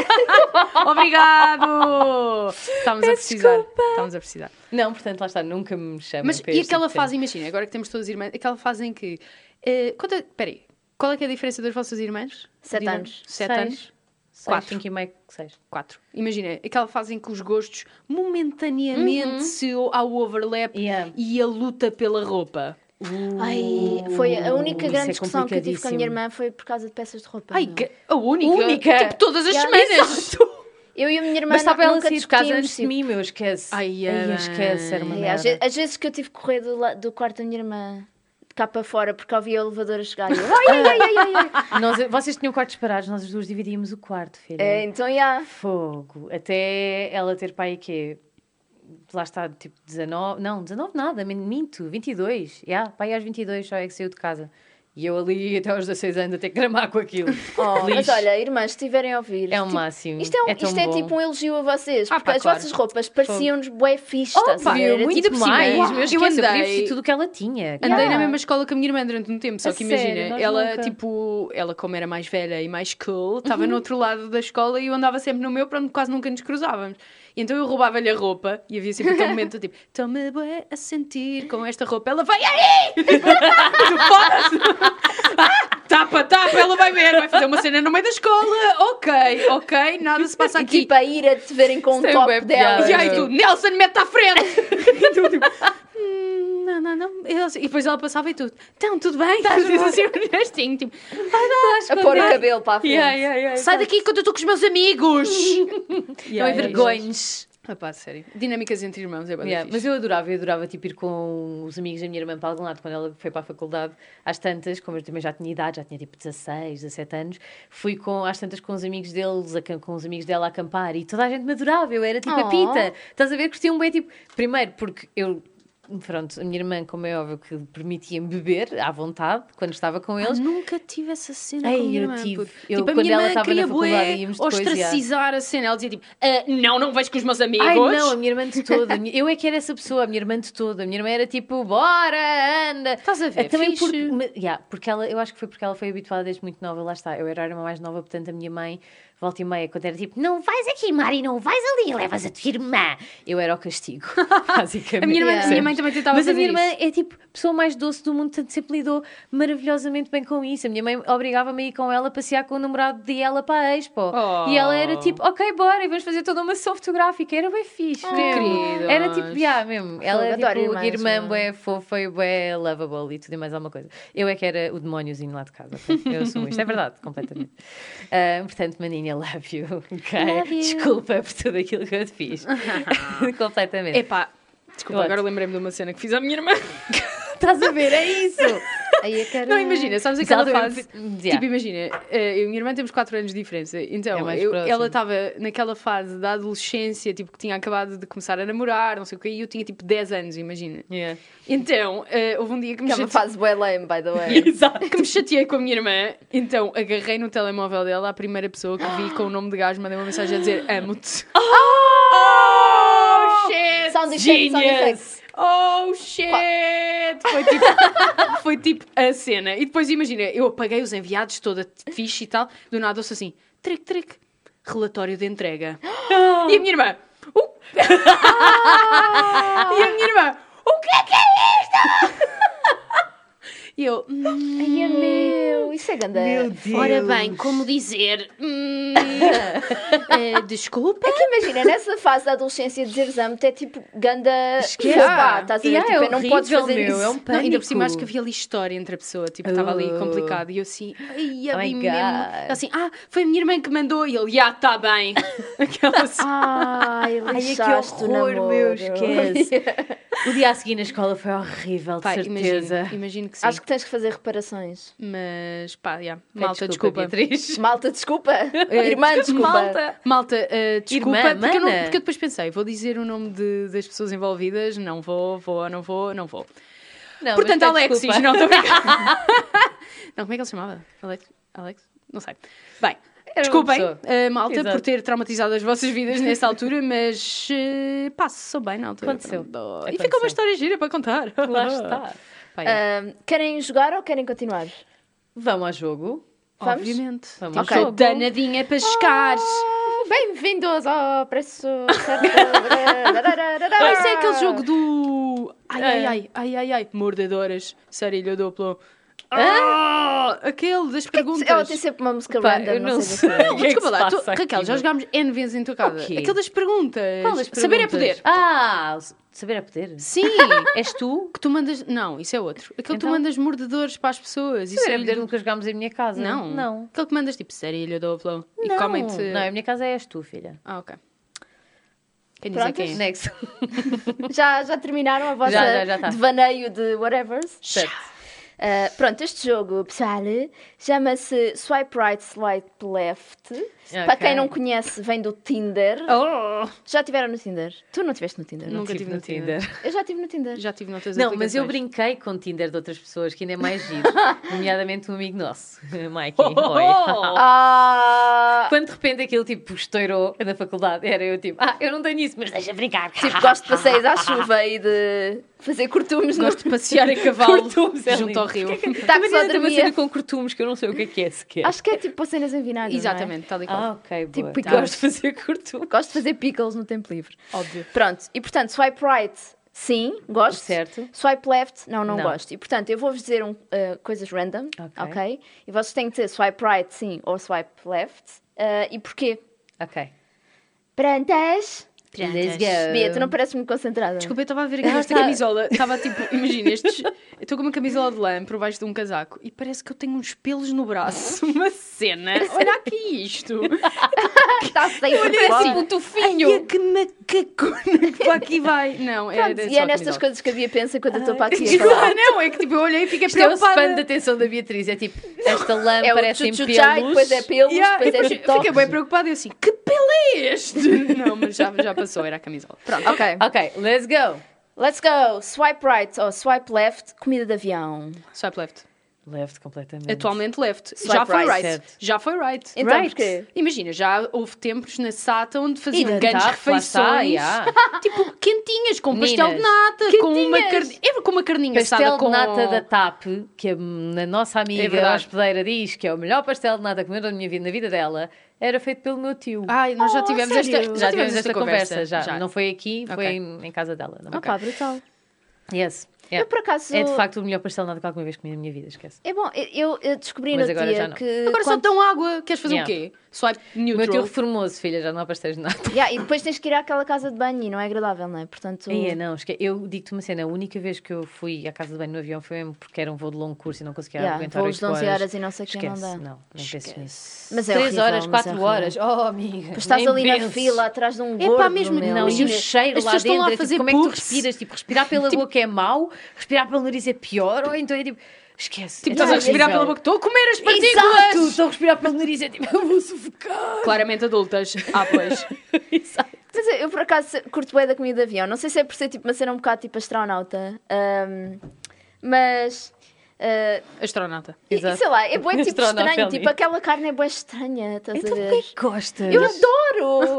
Obrigado! Estamos a precisar. Estamos a precisar. É Não, portanto, lá está, nunca me chamam Mas para e este aquela tipo de fase, imagina, agora que temos todas irmãs, aquela fase em que. eh, conta, peraí, qual é que é a diferença das vossas irmãs? Sete Digam- anos. Sete Seis. anos? Seis, Quatro. cinco e meio, seis. Quatro. Imagina, aquela fase em que os gostos momentaneamente se o- há o overlap Yeah. e a luta pela roupa. Ai, foi a única isso grande é discussão que eu tive com a minha complicadíssimo. irmã foi por causa de peças de roupa. Ai, meu. que- a única. Única. Tipo, todas as Yeah. semanas. Eu e a minha irmã Mas estava nu- ela a nunca sair de casa discutimos, antes de tipo, mim, meu, esquece. Ai, Ai, bem. esquece, era uma É, às, merda. ve- às vezes que eu tive que correr do, la- do quarto da minha irmã de cá para fora porque havia o elevador a chegar. e eu, ai, ai, ai, ai, ai, ai. Nós- vocês tinham quartos parados, nós as duas dividíamos o quarto, filha. É, então, já. Fogo. Até ela ter pai quê? Lá está, tipo, 19... Não, 19 nada, men- minto. 22. Já, pai aos 22 só é que saiu de casa. E eu ali até aos 16 anos a ter que gramar com aquilo. Oh, Lixo. mas olha, irmãs, se estiverem a ouvir. É o tipo, máximo. Isto é, um- tão isto é bom. tipo um elogio a vocês, Ah, porque pá, as claro. vossas roupas pareciam-nos bué fixe, estás a Opa, ver? Era É muito tipo, mais. uau, Meus eu eu andei... andei- abrir tudo o que ela tinha. Andei Yeah. na mesma escola que a minha irmã durante um tempo, só A que sério? imagina, Nós ela nunca. Uhum. tipo, ela como era mais velha e mais cool, estava no outro lado da escola e eu andava sempre no meu, pronto, quase nunca nos cruzávamos. E então eu roubava-lhe a roupa e havia sempre aquele momento tipo, estou-me bué a sentir com esta roupa, ela vai aí! E tu foda-se! Ah, Tapa, tapa, ela vai ver, vai fazer uma cena no meio da escola. Ok, ok, nada se passa E aqui. tipo a ira de te verem com o Isto é bué piada. top dela. E aí tu, Nelson, mete à frente! E tu, tipo, "Hum, não, não, não. E ela assim- E depois ela passava e tu, então, tudo bem? Estás assim, um gestinho, tipo, vai A dar. pôr o cabelo para a frente. Yeah, yeah, yeah, Sai daqui quando eu estou com os meus amigos! Não é vergonhas. Rapaz, sério. Dinâmicas entre irmãos é bem Yeah, mas fixe. eu adorava, eu adorava tipo, ir com os amigos da minha irmã para algum lado quando ela foi para a faculdade, às tantas, como eu também já tinha idade, já tinha tipo 16, 17 anos, fui com, às tantas com os amigos deles, a, cam- com os amigos dela a acampar e toda a gente me adorava, eu era tipo a Oh. pita, estás a ver? Curtia um bem tipo, primeiro porque eu. Pronto, a minha irmã, como é óbvio, que permitia-me beber à vontade quando estava com Eu eles. Ah, nunca tive essa cena Ei, com a minha eu irmã. tive. puto. Eu, tipo, a quando minha ela irmã estava na queria faculdade, bué íamos depois, yeah. ostracizar a cena. Ela dizia tipo, "Ah, não, não vais com os meus amigos. Ai, não, a minha irmã de toda. a minha- Eu é que era essa pessoa, a minha irmã de toda. A minha irmã era tipo, bora, anda. Estás a ver, Eh, Também É fixe. porque, me- yeah, porque ela, eu acho que foi porque ela foi habituada desde muito nova, lá está. Eu era a irmã mais nova, portanto a minha mãe, volta e meia, quando era tipo, não vais aqui, Mari, não vais ali, levas a tua irmã. Eu era o castigo, basicamente. A minha, irmã, Yeah. a minha mãe também tentava Mas fazer a minha isso. irmã é tipo a pessoa mais doce do mundo, tanto sempre lidou maravilhosamente bem com isso. A minha mãe obrigava-me a ir com ela a passear com o namorado de ela para a Expo. Oh. E ela era tipo, ok, bora, e vamos fazer toda uma sessão fotográfica. Era bem fixe. Que mesmo. queridas. Era tipo, yeah, mesmo. Ela Eu era adoro tipo, irmãs, irmã, não é? bué, fofa e bué, lovable e tudo e mais alguma coisa. Eu é que era o demóniozinho lá de casa. ok? Eu assumo isto, é verdade, completamente. Ah, portanto, maninha, love you. ok? Love you. Desculpa por tudo aquilo que eu te fiz. completamente. Epá, desculpa, What? agora lembrei-me de uma cena que fiz à minha irmã. Estás a ver, é isso. Aí a cara... Não, imagina, sabes aquela Exato, eu- fase? Yeah. Tipo, imagina, eh, eu e a minha irmã temos 4 anos de diferença. É Então, mais eu- próximo. ela estava naquela fase da adolescência, tipo, que tinha acabado de começar a namorar, não sei o quê, e eu tinha tipo 10 anos, imagina. Yeah. Então, eh, houve um dia que me, Que é uma chate... fase bué lame, by the way. Exato. que me chateei com a minha irmã. Então, agarrei no telemóvel dela a primeira pessoa que vi com o nome de gajo, mandei uma mensagem a dizer amo-te. Oh, shit! Sound effect, sound effect. Oh shit! Foi tipo, foi tipo a cena. E depois imagina, eu apaguei os enviados toda fixe e tal, do nada ouço assim: tric, tric, relatório de entrega. E a minha irmã. "O-" E a minha irmã. O que é que é isto? E eu. "Hum, Ai, é meu, isso é ganda. Meu Deus. Ora bem, como dizer? Hum, eh, desculpa. É que imagina, nessa fase da adolescência, dizeres amo-te é tipo ganda. Esquece. Pá, estás a ver? Yeah, tipo, é eu não podes horrível, fazer meu, isso. é um Não, ainda por cima Pânico. acho que havia ali história entre a pessoa, tipo, estava ali Oh. complicado. E eu assim, ai, a Oh my mim God. mesmo. Ela assim, ah, foi a minha irmã que mandou. E ele, já, está bem. Aquela assim. Ai, Ai, é que lixaste o horror, namoro. meu, esquece. O dia a seguir na escola foi horrível, de Pá, imagino, certeza. imagino que sim. Acho que tens que fazer reparações. Mas, pá, yeah. Ai, malta, desculpa. Beatriz. Malta, desculpa. Eh, Irmã, desculpa. Malta, malta eh, desculpa, Irmã, porque, eu não- mana. porque eu depois pensei, vou dizer o nome de- das pessoas envolvidas, não vou, vou, não vou, não vou. Não, Portanto, mas tá, Alexis, desculpa. não, estou brincando. não, como é que ele se chamava? Alex? Alex? Não sei. Bem, uma desculpem, pessoa. eh, malta, Exato. por ter traumatizado as vossas vidas nessa altura, mas eh, pá, se sou bem na altura. Aconteceu. pronto. E Aconteceu. ficou uma história gira para contar. Lá está. Pá, é. Ahm, Ah, querem jogar ou querem continuar? Vamos ao jogo. vamos? Obviamente. Vamos Ah! Tipo, ao sou jogo. danadinha para chegar. Oh, Bem-vindos ao preço. Ah, Isso isso é aquele jogo do. Ai, ai, Ah. ai, ai, ai, ai. Mordedoras. Sarilho duplo. Ah, aquele das é perguntas. Ela oh, tem sempre uma música Pá, random, eu não, não sei. sei. do Não, O que é que desculpa se lá, tu- passa aqui, Raquel, já meu? jogámos N vezes em tua casa. O quê? Aquele das perguntas. Qual das Saber é poder. perguntas? Ah, s- saber é poder. Sim, És tu? que tu mandas. Não, isso é outro. Aquele que tu Então? mandas mordedores para as pessoas. Isso Saber é é- poder nunca jogámos em minha casa. Não. Não. Aquele que mandas tipo sarilho duplo e Não. comem-te. Não, é- em minha casa és tu, filha. Ah, ok. Quem dizer Prontas? quem é? Next. Já, já terminaram a vossa Já, já, já tá. devaneio de whatevers? Certo. Ah, pronto, este jogo, pessoal, chama-se Swipe Right, Swipe Left. Para Ok. quem não conhece, vem do Tinder. Oh, Já tiveram no Tinder? Tu não estiveste no Tinder? não? Nunca Tive tive no Tinder. Eu já estive no Tinder. Já tive notas Não, mas eu aplicações. brinquei com o Tinder de outras pessoas, que ainda é mais giro. nomeadamente um amigo nosso, Mikey. Oh! Oi. Ah, Quando de repente aquilo tipo estourou na faculdade, era eu tipo, ah, eu não tenho isso, mas deixa brincar. tipo, gosto de passeios à chuva e de fazer curtumes no Gosto de passear a cavalo Curtumes, é junto ao rio. lindo. Tá que mas só ainda tem uma cena dormia. com curtumes que eu não sei o que é que é sequer. Acho que é tipo cenas em vinagre. não é? Exatamente, tal e qual. Ah, ok, boa. Tipo, Tá. gosto. gosto de fazer curtumes. Gosto de fazer pickles no tempo livre. Óbvio. Pronto, e portanto, swipe right, sim, gosto. Certo. Swipe left, não, não, Não. gosto. E portanto, eu vou-vos dizer um, uh, coisas random, Ok. ok? E vocês têm que dizer swipe right, sim, ou swipe left. Uh, e porquê? Ok. Prantas. Let's go. Bia, tu não pareces muito concentrada. Desculpa, eu estava a ver aqui Ah, esta tá. camisola. Estava tipo, imagina, estes. Eu estou com uma camisola de lã por baixo de um casaco e parece que eu tenho uns pelos no braço. Uma cena. Olha aqui isto. está sem Olha assim, propósito. um tufinho. Ai, que macacona que para aqui vai. Não, é, Pronto, é e só é a nestas camisola. coisas que a Bia pensa quando eu estou para aqui a falar. Desculpa, não, é que tipo, eu olhei e fiquei Isto é o preocupada. spam da atenção da Beatriz. É tipo, esta lã É o parece em tchutchuchá e pelos. depois é pelos, Yeah, e depois é depois fiquei bem TikTok. preocupada e eu assim, que pelo é este? Não, mas já, já passou, era a camisola. Pronto. Ok, Ok, let's go. let's go. Swipe right ou swipe left, comida de avião. Swipe left. Left completamente. Atualmente left. Swipe já foi right. right. Certo. Já foi right. Então Right. porquê? Imagina, já houve tempos na SATA onde faziam da grandes TAP, lá refeições. está, yeah. Tipo, quentinhas, com pastel de Meninas, nata, com uma quentinhas. carne. É com uma carninha Pastel assada de com. nata da TAP, que a na nossa É amiga verdade. hospedeira diz que é o melhor pastel de nata que comeu na minha vida, na vida dela, era feito pelo meu tio. Ai, nós já Oh, tivemos sério? esta, Ah, já tivemos esta conversa, já. Ah. Não foi aqui, foi Ok. em, em casa dela. na minha Opa, brutal. casa. Yes. Eu Yeah. por acaso. É de facto o melhor pastel de nata que alguma vez comi na minha vida, esquece. É bom, eu, eu descobri Mas no agora já dia não. que. Agora só quando- tão água. Queres fazer Yeah. o quê? Swipe O meu tio neutral. reformou-se, filha, já não há pastéis de nata. Yeah, e depois tens que ir àquela casa de banho e não é agradável, não é? Portanto. Ia, não, esque... eu digo-te uma cena, a única vez que eu fui à casa de banho no avião foi mesmo porque era um voo de longo curso e não conseguia Yeah, aguentar voos de 8 11 horas e não sei o quê, não Esquece, dá. não, nem penso nisso. Mas é 3 horrível, horas, mas é 4 horrível. horas, oh amiga. Depois estás nem ali na penses. fila atrás de um É gordo. pá, mesmo que meu. Não, e o Imagina, cheiro as lá pessoas estão dentro, lá é a tipo, fazer como é que tu pubs. respiras? Tipo, respirar pela boca é mau, respirar pelo nariz é pior, ou então é tipo, esquece. Tipo, é estás a respirar pela terrível. boca. Estou a comer as Exato, partículas. estou a respirar pelo nariz, é tipo, eu vou sufocar. Claramente adultas. Ah, pois. Exato. Mas eu, eu, por acaso curto bem da comida de avião. Não sei se é por ser tipo uma cena um bocado tipo astronauta. ahm, mas. ah, Astronauta. e- e, Exato. sei lá, é bem tipo Astronauta estranho. ali. Tipo, aquela carne é bem estranha, estás a Então ver? porquê que gostas? Eu adoro! Eu não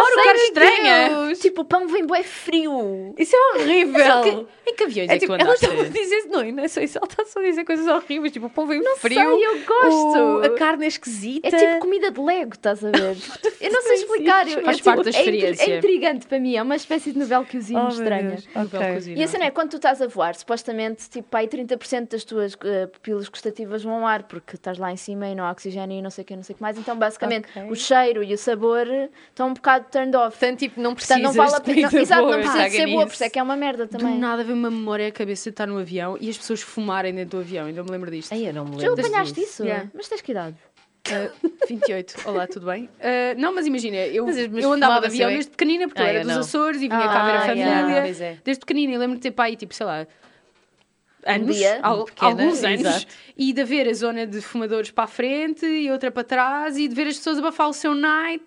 Adoro sei, carne meu estranha. Deus. Tipo, o pão vem bem frio. Isso é horrível. Em que aviões é, É que tu tipo, ela andaste? está a dizer, não, e não é só isso, ela está só a dizer coisas horríveis, tipo, o pão vem frio. sei, eu gosto. o- a carne é esquisita. É tipo comida de Lego, estás a ver? Eu não sei explicar. Eu, Faz eu, parte da tipo, é intri- experiência. É intrigante para mim, é uma espécie de novela que Oh, meu estranha. Deus. Ok. E a cena é, quando tu estás a voar, supostamente, tipo, aí 30% das tuas eh, pupilas gustativas vão ao ar, porque estás lá em cima e não há oxigênio e não sei o que, não sei o que mais. Então, basicamente, Ok. o cheiro e o sabor eh, estão um bocado turned off. Portanto, tipo, não precisas Portanto, não vale a de pena. comida Exato, não boa, precisa de caga ser boa, por nisso. isso é que é uma merda Do também. nada veio uma memória à cabeça de estar no avião e as pessoas fumarem dentro do avião. Ainda me lembro disto. Ai, eu não me Já lembro. apanhaste isso? Yeah. Mas tens que idade? Ah, 28. Olá, tudo bem? Ah, não, mas imagina, eu, Mas- mas eu andava de fumava-se avião bem. desde pequenina, porque Ah, eu era eu dos não. Açores e vinha cá Ah, ver a família. yeah, pois é. Desde pequenina, eu lembro de ter pai, tipo, sei lá, anos, dia. al- Um Pequena, alguns anos, exato. e de ver a zona de fumadores para a frente e outra para trás e de ver as pessoas abafar o seu night.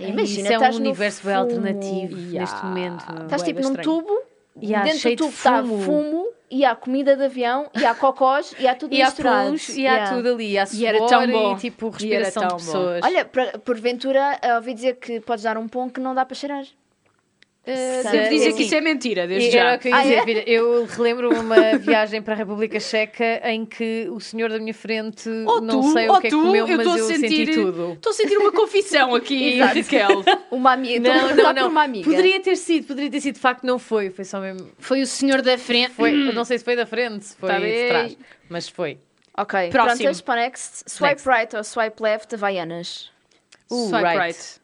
Imagina, isso é estás um no universo bem fumo. alternativo Yeah. neste momento. meu. Estás Bué tipo da num estranho. tubo, Yeah, dentro cheio do de tubo está tá fumo. fumo e há comida de avião e há cocós e há tudo E há misturado. pulos, e há Yeah. tudo ali, há suor E era tão bom. e tipo E era respiração tão de bom. pessoas. Olha, pra- porventura eh, ouvi dizer que podes dar um pão que não dá para cheirar. Eh, Ah, Sim. devo dizer Sim. que isso é mentira, desde E já. era o que eu ia Ah, dizer, é? filha. Eu relembro uma viagem para a República Checa em que o senhor da minha frente Ou não tu, sei ou o que é que tu, comeu, eu mas tô a eu senti sentir- tudo. Estou a sentir uma confissão aqui, Exato. Raquel. Uma amiga, estou a Não, perguntar não, por não. uma amiga. Poderia ter sido, poderia ter sido. De facto, não foi. Foi só mesmo. Foi o senhor da frente. Foi, eu não sei se foi da frente, se foi Tá de bem. trás. Mas foi. Ok, Próximo. pronto, para o next. Swipe Next. right ou swipe left, Havaianas. Uh, Swipe right. right.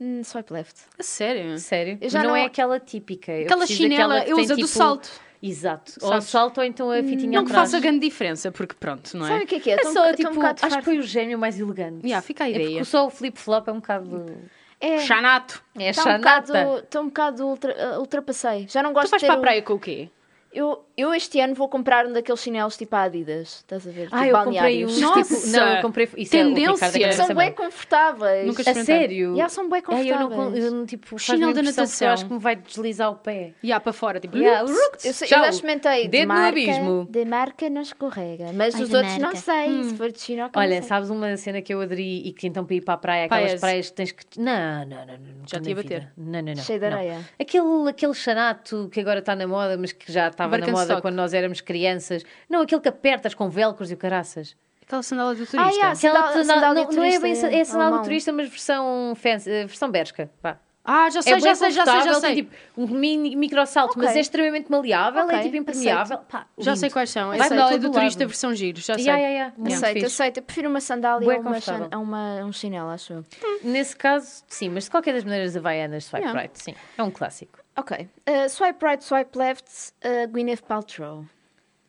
Hum, swipe left. A sério? Sério. Eu já não, não- é aquela típica. Eu Aquela preciso chinela, daquela que eu tem, uso a do tipo- salto. Exato. Ou Sabes? salto ou então a fitinha Não que atrás. faça grande diferença, porque pronto, não é? Sabe o que é que é? É Tô um só, boca- tô um tipo, bocado acho que farta. foi o gênio mais elegante. Yeah, fica a É ideia. porque só o flip-flop é um tipo bocado... É, Xanato. É está um chanata. bocado, tá um bocado ultra, ultrapassei. Já não Tu gosto de vais ter para a o- praia com o quê? Eu, eu este ano vou comprar um daqueles chinelos tipo a Adidas, estás a ver? Ah, tipo eu comprei balneários. uns. Nossa! Tipo, não, eu comprei. Isso Tendência. É o Ricardo Essa São São bem confortáveis. Nunca A experimentei. sério? Yeah, são É, bem eu não, con- confortáveis. eu Eu, não, tipo, Chinelo faz-me da impressão que eu natação. acho que me vai deslizar o pé. E há para fora, tipo... Yeah, ups. rups, sei- eu tchau. já experimentei Dedo de no marca, abismo. de marca não escorrega, mas Ai, os da outros não marca. sei, se for de chinelo que eu Hum. Olha, não sei. sabes uma cena que eu aderi e que então para ir para a praia, aquelas Praias. praias que tens que. Não, não, não. não Já nunca te ia na bater. vida. Não, não, não. Cheio de não. areia. Aquele, aquele xanato que agora está na moda, mas que já estava na Birkenstock. moda quando nós éramos crianças. Não, aquele que apertas com velcros e o caraças. Aquela sandália do Ah, turista. yeah, sim. Sandá- Aquela- sandália não, não é turista, bem é, é sinal do alemão. turista, mas versão, fancy, eh, versão bershka. Vá. Ah, já sei, é já sei, já sei, já sei. Tem, tipo, um mini microsalto, Ok. mas é extremamente maleável, é Ok, tipo impermeável. Pá, Já lindo. sei quais são. É Vai a sandália para do todo turista lado. versão giro, já sei. Ya, ya, ya. Muito aceito, fixe. aceito. Eu prefiro uma sandália Bué a, uma chan- confortável. a uma- um chinelo, acho eu. Nesse caso, sim, mas de qualquer das maneiras, Havaianas Swipe Yeah. Right, sim. É um clássico. Ok. Uh, swipe right, swipe left, uh, Gwyneth Paltrow.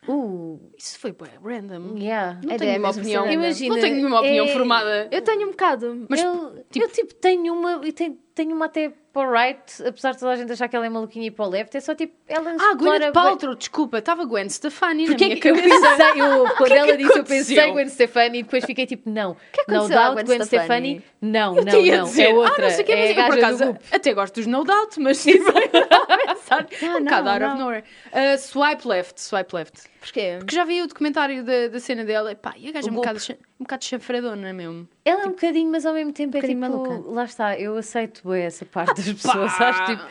Uh, Isso foi bué, random. yeah. Não tenho É da nenhuma mesma opinião. cena. Imagina, não tenho nenhuma opinião é- formada. Eu tenho um bocado. Mas, Mas eu tipo, tipo- eu, tipo, tenho uma, eu tenho, tenho uma até para o right, apesar de toda a gente achar que ela é maluquinha e para o left, é só tipo, ela Ah, explora Gwyneth bué- Paltrow, desculpa, estava Gwen Stefani na Porquê minha que eu cabeça. pensei, eu, quando ela que disse, eu aconteceu? é pensei Gwen Stefani e depois fiquei tipo, não, que no aconteceu à doubt, Gwen Gwen Stefani, Stefani? não, Ah, Eu não, tinha não, a dizer, é outra. ah, não sei o que, mas é é que eu por gaja do acaso grupo. até gosto dos No Doubt, mas tipo, sim, vai pensar. Não, um bocado não, out of não. nowhere. Ah, swipe left, swipe left. Porquê? Porque já vi o documentário da, da cena dela e pá, e a gaja O é um golpe. bocado, cha- um bocado chanfradona mesmo. Ela é um bocadinho, mas ao mesmo tempo é tipo, bocadinho maluca. lá está, eu aceito bem essa parte das pessoas, acho tipo,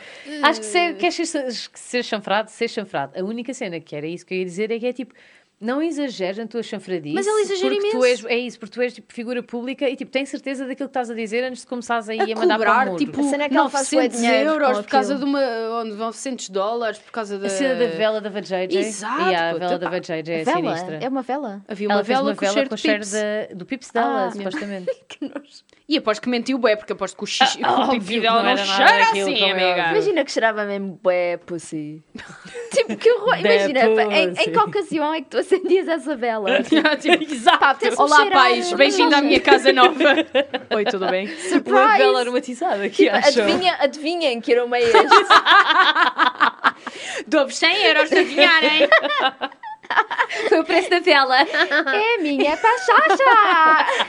Acho que se, quer ser, ser chanfrado, ser chanfrado. A única cena que era isso que eu ia dizer é que é tipo. Não exageres na tua chanfradice. Mas ela exagera porque tu imenso. és, É isso, porque tu és tipo figura pública e tipo, tens certeza daquilo que estás a dizer antes de começares aí a, a mandar para o cobrar muro. tipo A cena é que ela faz bué 900 dinheiro com euros por causa aquilo. de uma. ou 900 dólares por causa da. A cena da vela da VJJ. Exato, Yeah, a puta, vela da pá. VJJ é vela? sinistra. É uma vela? Havia uma Ela fez vela, uma com cheiro vela de com o cheiro pips. de- do pips dela, Ah. supostamente. E após que mentiu bué, porque após que o xixi Ah, o óbvio, pipi dela não não, era nada cheira daquilo, assim, como é amiga. óbvio. Imagina que cheirava mesmo bué pussy. tipo, que horror. Bué Imagina, pá, em, pussy. em que ocasião é que tu acendias essa vela? Tipo, Pá, tens-me Olá, cheirar- pais, bem-vindo à minha casa nova. Oi, tudo bem? Uma vela Surprise! aromatizada que Tipo, acham. adivinha, adivinhem que aroma é este? Dou-vos 100 euros para adivinharem. Foi o preço da vela. é a minha, é para a Xaxa!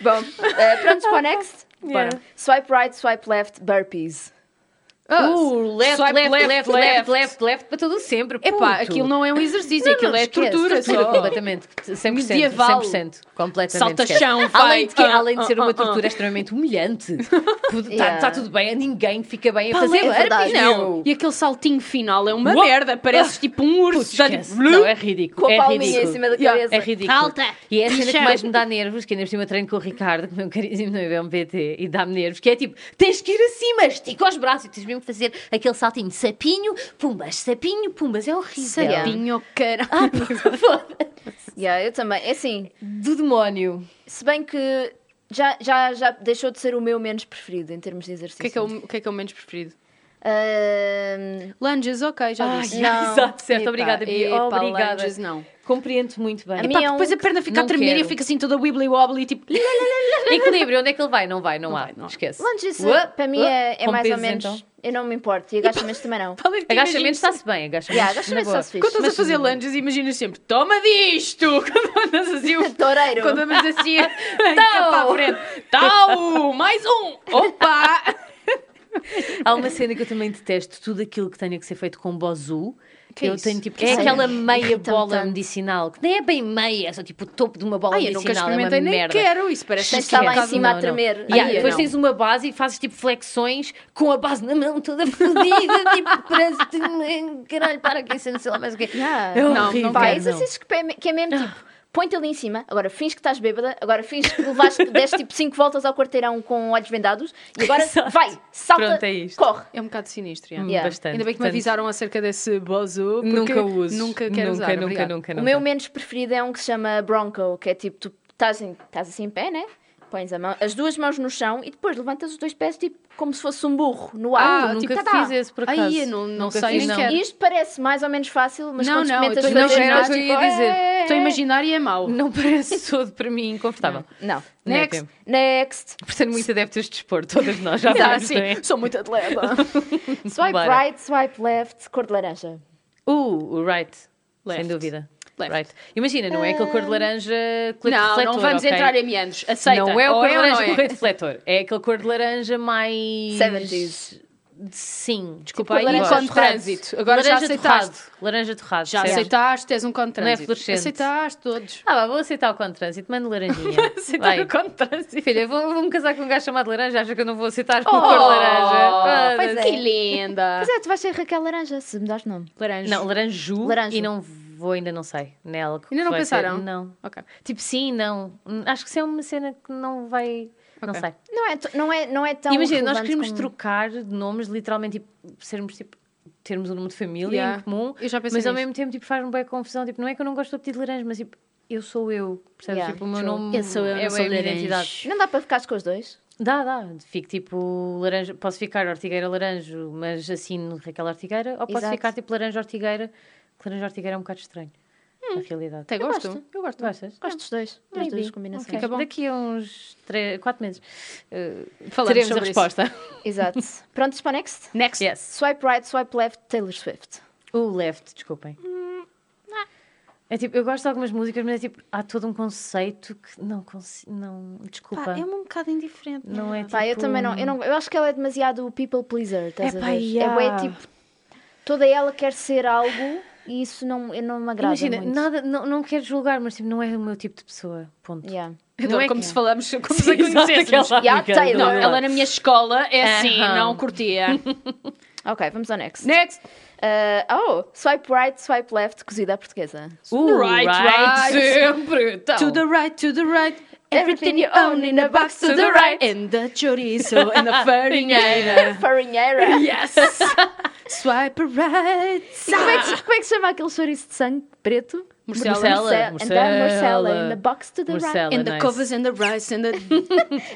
Bom, eh, prontos para o next? Bora. Swipe right, swipe left, burpees. Uh, left, Swipe left, left, left, left, left. left, para todo o sempre. Epá, puto. aquilo não é um exercício, Não, aquilo não, é esquece, tortura tortura só. completamente. 100%. Medieval. 100%. Completamente. Salta esquece. chão, Além vai. de, que, Ah, além de ser ah, uma ah, tortura extremamente humilhante. Está Yeah. tudo bem, a ninguém fica bem a Pá, fazer leva- burpees, não. é meu. E aquele saltinho final é uma Uou. merda, parece tipo um urso. já Esquece. tipo, Não, é ridículo. Com a é palminha ridículo. em cima da Yeah, cabeça. É ridículo. Salta, E é a cena que pichão. mais me dá nervos, que ainda por cima treino com o Ricardo, que meu caríssimo noivo é um BT, e dá-me nervos, que é tipo, tens que ir acima, estica os braços e tens mesmo que fazer aquele saltinho, sapinho, pumbas, sapinho, pumbas, é horrível. Sapinho, caralho. Ah, Yeah, eu também. É assim, Do demónio. se bem que já, já, já deixou de ser o meu menos preferido em termos de O exercício. que é que é o- o que é que é o menos preferido? Ahm, Lunges, ok, já disse. yeah. Não. Ah, Exato, certo. Epá, obrigada, Bia. epá, obrigada. lunges, não. Compreendo-te muito bem. A Epá, minha Pá, é um depois a que perna fica a não tremer e quero. eu fico assim toda wibbly wobbly, tipo... Equilíbrio, onde é que ele vai? Não vai, não, há. Esquece. Lunges, Ué, para mim, ué, é, é com mais ou pesos, menos. então. Eu não me importo. E agachamentos também não. Agachamento está-se bem, agachamento. Yeah, agachamento na boa. está-se fixe. Quando estás a fazer lunges, imaginas sempre, toma disto! Quando andas assim, o- Toureiro. quando andas assim, cá para a frente, tau! Mais um! Oh. Opa! Há uma cena que eu também detesto, tudo aquilo que tenha que ser feito com bozu. Que eu isso? tenho tipo. Que é isso? aquela meia Irrita-me bola tanto. medicinal, que nem é bem meia, é só tipo o topo de uma bola Ai, eu nunca medicinal. é experimentei, uma nem merda. quero. Isso parece Tens de estar lá em Esquece. cima Não, a não. tremer. Yeah, Ai, eu depois não. tens uma base e fazes tipo flexões com a base na mão toda fodida, tipo, parece-te. um Caralho, para aqui, sei lá mais o quê. Yeah. É não Ah. horrível. quero, Pá, exercícios que é, que é mesmo tipo, põe-te ali em cima, agora finges que estás bêbada, agora finges que levaste, deste tipo 5 voltas ao quarteirão com olhos vendados e agora Exato. vai, salta, Pronto, é isto. corre. É um bocado sinistro, já. Hum, Yeah. Bastante. Ainda bem que me Portanto, avisaram acerca desse bozo, porque Nunca uso. Nunca quero nunca, usar, Nunca, obrigada. nunca, O nunca. meu menos preferido é um que se chama Bronco, que é tipo, tu estás, em- estás assim em pé, né? Pões a mão, as duas mãos no chão e depois levantas os dois pés tipo como se fosse um burro no ar. Ah, nunca tipo, tá, tá. fiz esse por Ai, acaso. eu não- não Nunca sei, fiz, nem não. quero. Isto parece mais ou menos fácil, mas Não, quando não, eu experimentas estou a fazer, imaginar estás o que eu tipo, ia dizer. "É, é, é". estou a imaginar e é mau. Não parece todo para mim inconfortável. Não. Não é Next. tempo. Next. Por ser muito adeptas de desporto, todas nós já Tá, sabemos, sim, não é? sou muito atleta. Swipe Bora. right, swipe left, cor de laranja. Uh, o right. Left. Sem dúvida. Left. Right. Imagina, não é aquele cor de laranja colete não, refletor. não vamos ok? entrar em meandros. Aceita. Não é o Ou cor de ou não laranja é? colete refletor. É aquele cor de laranja mais. 70s. Sim. Desculpa Tipo aí, laranja com torrado. trânsito. Agora já laranja aceitaste. Torrado. Laranja torrado. Já certo. aceitaste, tens um conto de Não é trânsito. fluorescente. aceitaste todos. Ah, vá, vou aceitar o conto de trânsito. Mando laranjinha. Aceitar Vai. o conto de trânsito. Filha, vou- vou-me casar com um gajo chamado laranja. Acha que eu não vou aceitar com cor de laranja? pois Ah, é. Que linda. Pois é, tu vais ser Raquel Laranja, se mudares de nome. é. Laranja. é. Não, laranju. Laranjo. E não vou, ainda não sei. Nela. Ainda não Vai ser- pensaram? Não. Ok. Tipo, sim, não. Hum, Acho que isso é uma cena que não vai. Não Ok. sei. Não é, t- não é, não é tão. Imagina, nós relevante queríamos como- trocar de nomes, literalmente, tipo, sermos tipo. Termos um nome de família Yeah. em comum, Eu já mas pensei nisso. ao mesmo tempo tipo, faz-me bem confusão. Tipo, não é que eu não gosto do apetite de laranja, mas tipo, eu sou eu, percebes? Yeah, tipo, o meu true. nome Eu sou eu, é não a sou minha laranja. identidade. Não dá para ficares com os dois? Dá, dá. Fico tipo laranja, posso ficar ortigueira laranjo, mas assino Raquel Ortigueira, ou posso Exato. ficar tipo laranja ortigueira, que laranja ortigueira é um bocado estranho, na realidade. Até gosto. Eu gosto. Gostas? Gosto dos dois. Das Maybe. duas combinações. Ok. Fica bom. Daqui a uns 3, 4 meses eh, Falamos teremos a sobre isso. resposta. Exato. Prontos para o next? Next. Yes. Swipe right, swipe left, Taylor Swift. O left, desculpem. É tipo, eu gosto de algumas músicas, mas é tipo, há todo um conceito que não consigo. Não, desculpa. Pá, é-me um bocado indiferente. Não é tipo. Pá, eu também não eu, não. eu acho que ela é demasiado people pleaser, estás É a pá, ver? yeah. É bué, tipo. Toda ela quer ser algo e isso não, eu não me agrada. Imagina, muito. nada, não, não quero julgar, mas tipo, não é o meu tipo de pessoa. Ponto. Yeah. Adoro Não é como que- se falamos, como se Sim, a conhecêssemos. exato, aquela Yeah, amiga Taylor. do- Não, ela na minha escola é assim, Aham. não curtia. Ok, vamos ao next. Next. Ah, oh, swipe right, swipe left, cozida à portuguesa. Uh, Right, right. sempre. Então. To the right, to the right. Everything you own in a box to the right. And the chorizo and the farinha. Farinheira. Yes! Swipe right. Como é, que, se- como é que se chama aquele chouriço de sangue preto? Marcela. Marcela. And then Marcela. Marcela. In the box to the Marcela, And the Oh, nice. covers and the rice and the...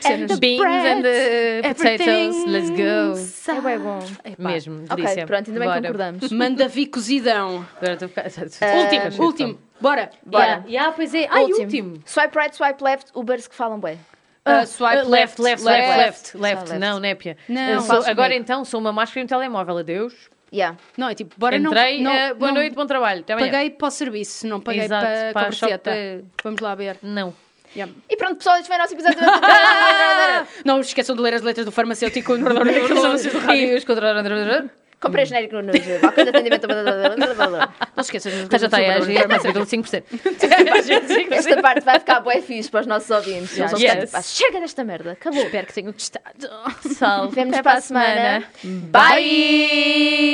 And the Beans and the potatoes, let's go. right. É bem bom. Epá. Mesmo, Ok, delícia. pronto, ainda bem que Bora. concordamos. Manda vir cozidão. Agora estou a ficar- último, um, último. Bora. Bora. Yeah, yeah, pois é. Ai, último. Swipe right, swipe left, Ubers que falam bem. Uh, swipe Uh, left, left, left, left, left, Só left. Não, népia. Não, Eu faço sou, agora comigo. então sou uma máscara e um telemóvel. Adeus. Yeah. Não, é tipo, bora Entrei. não... não- eh, boa não- noite, bom trabalho. Até amanhã. Paguei para o serviço, não paguei Exato, para, para para a a cobriceta. shop, eh. Vamos lá ver. Não. Yeah. E pronto, pessoal, este foi o nosso episódio. Ah, Não esqueçam de ler as letras do farmacêutico e E os controladores. Comprei genérico no balcão de atendimento. Não esqueçam de Já está aí a agir, mas 5%. Esta parte vai ficar bué fixe para os nossos ouvintes. Eles vão Yes. ficar tipo, "Ah, chega desta merda, acabou. Espero que tenham gostado. Salve. Vemo-nos Até para a semana. Bye.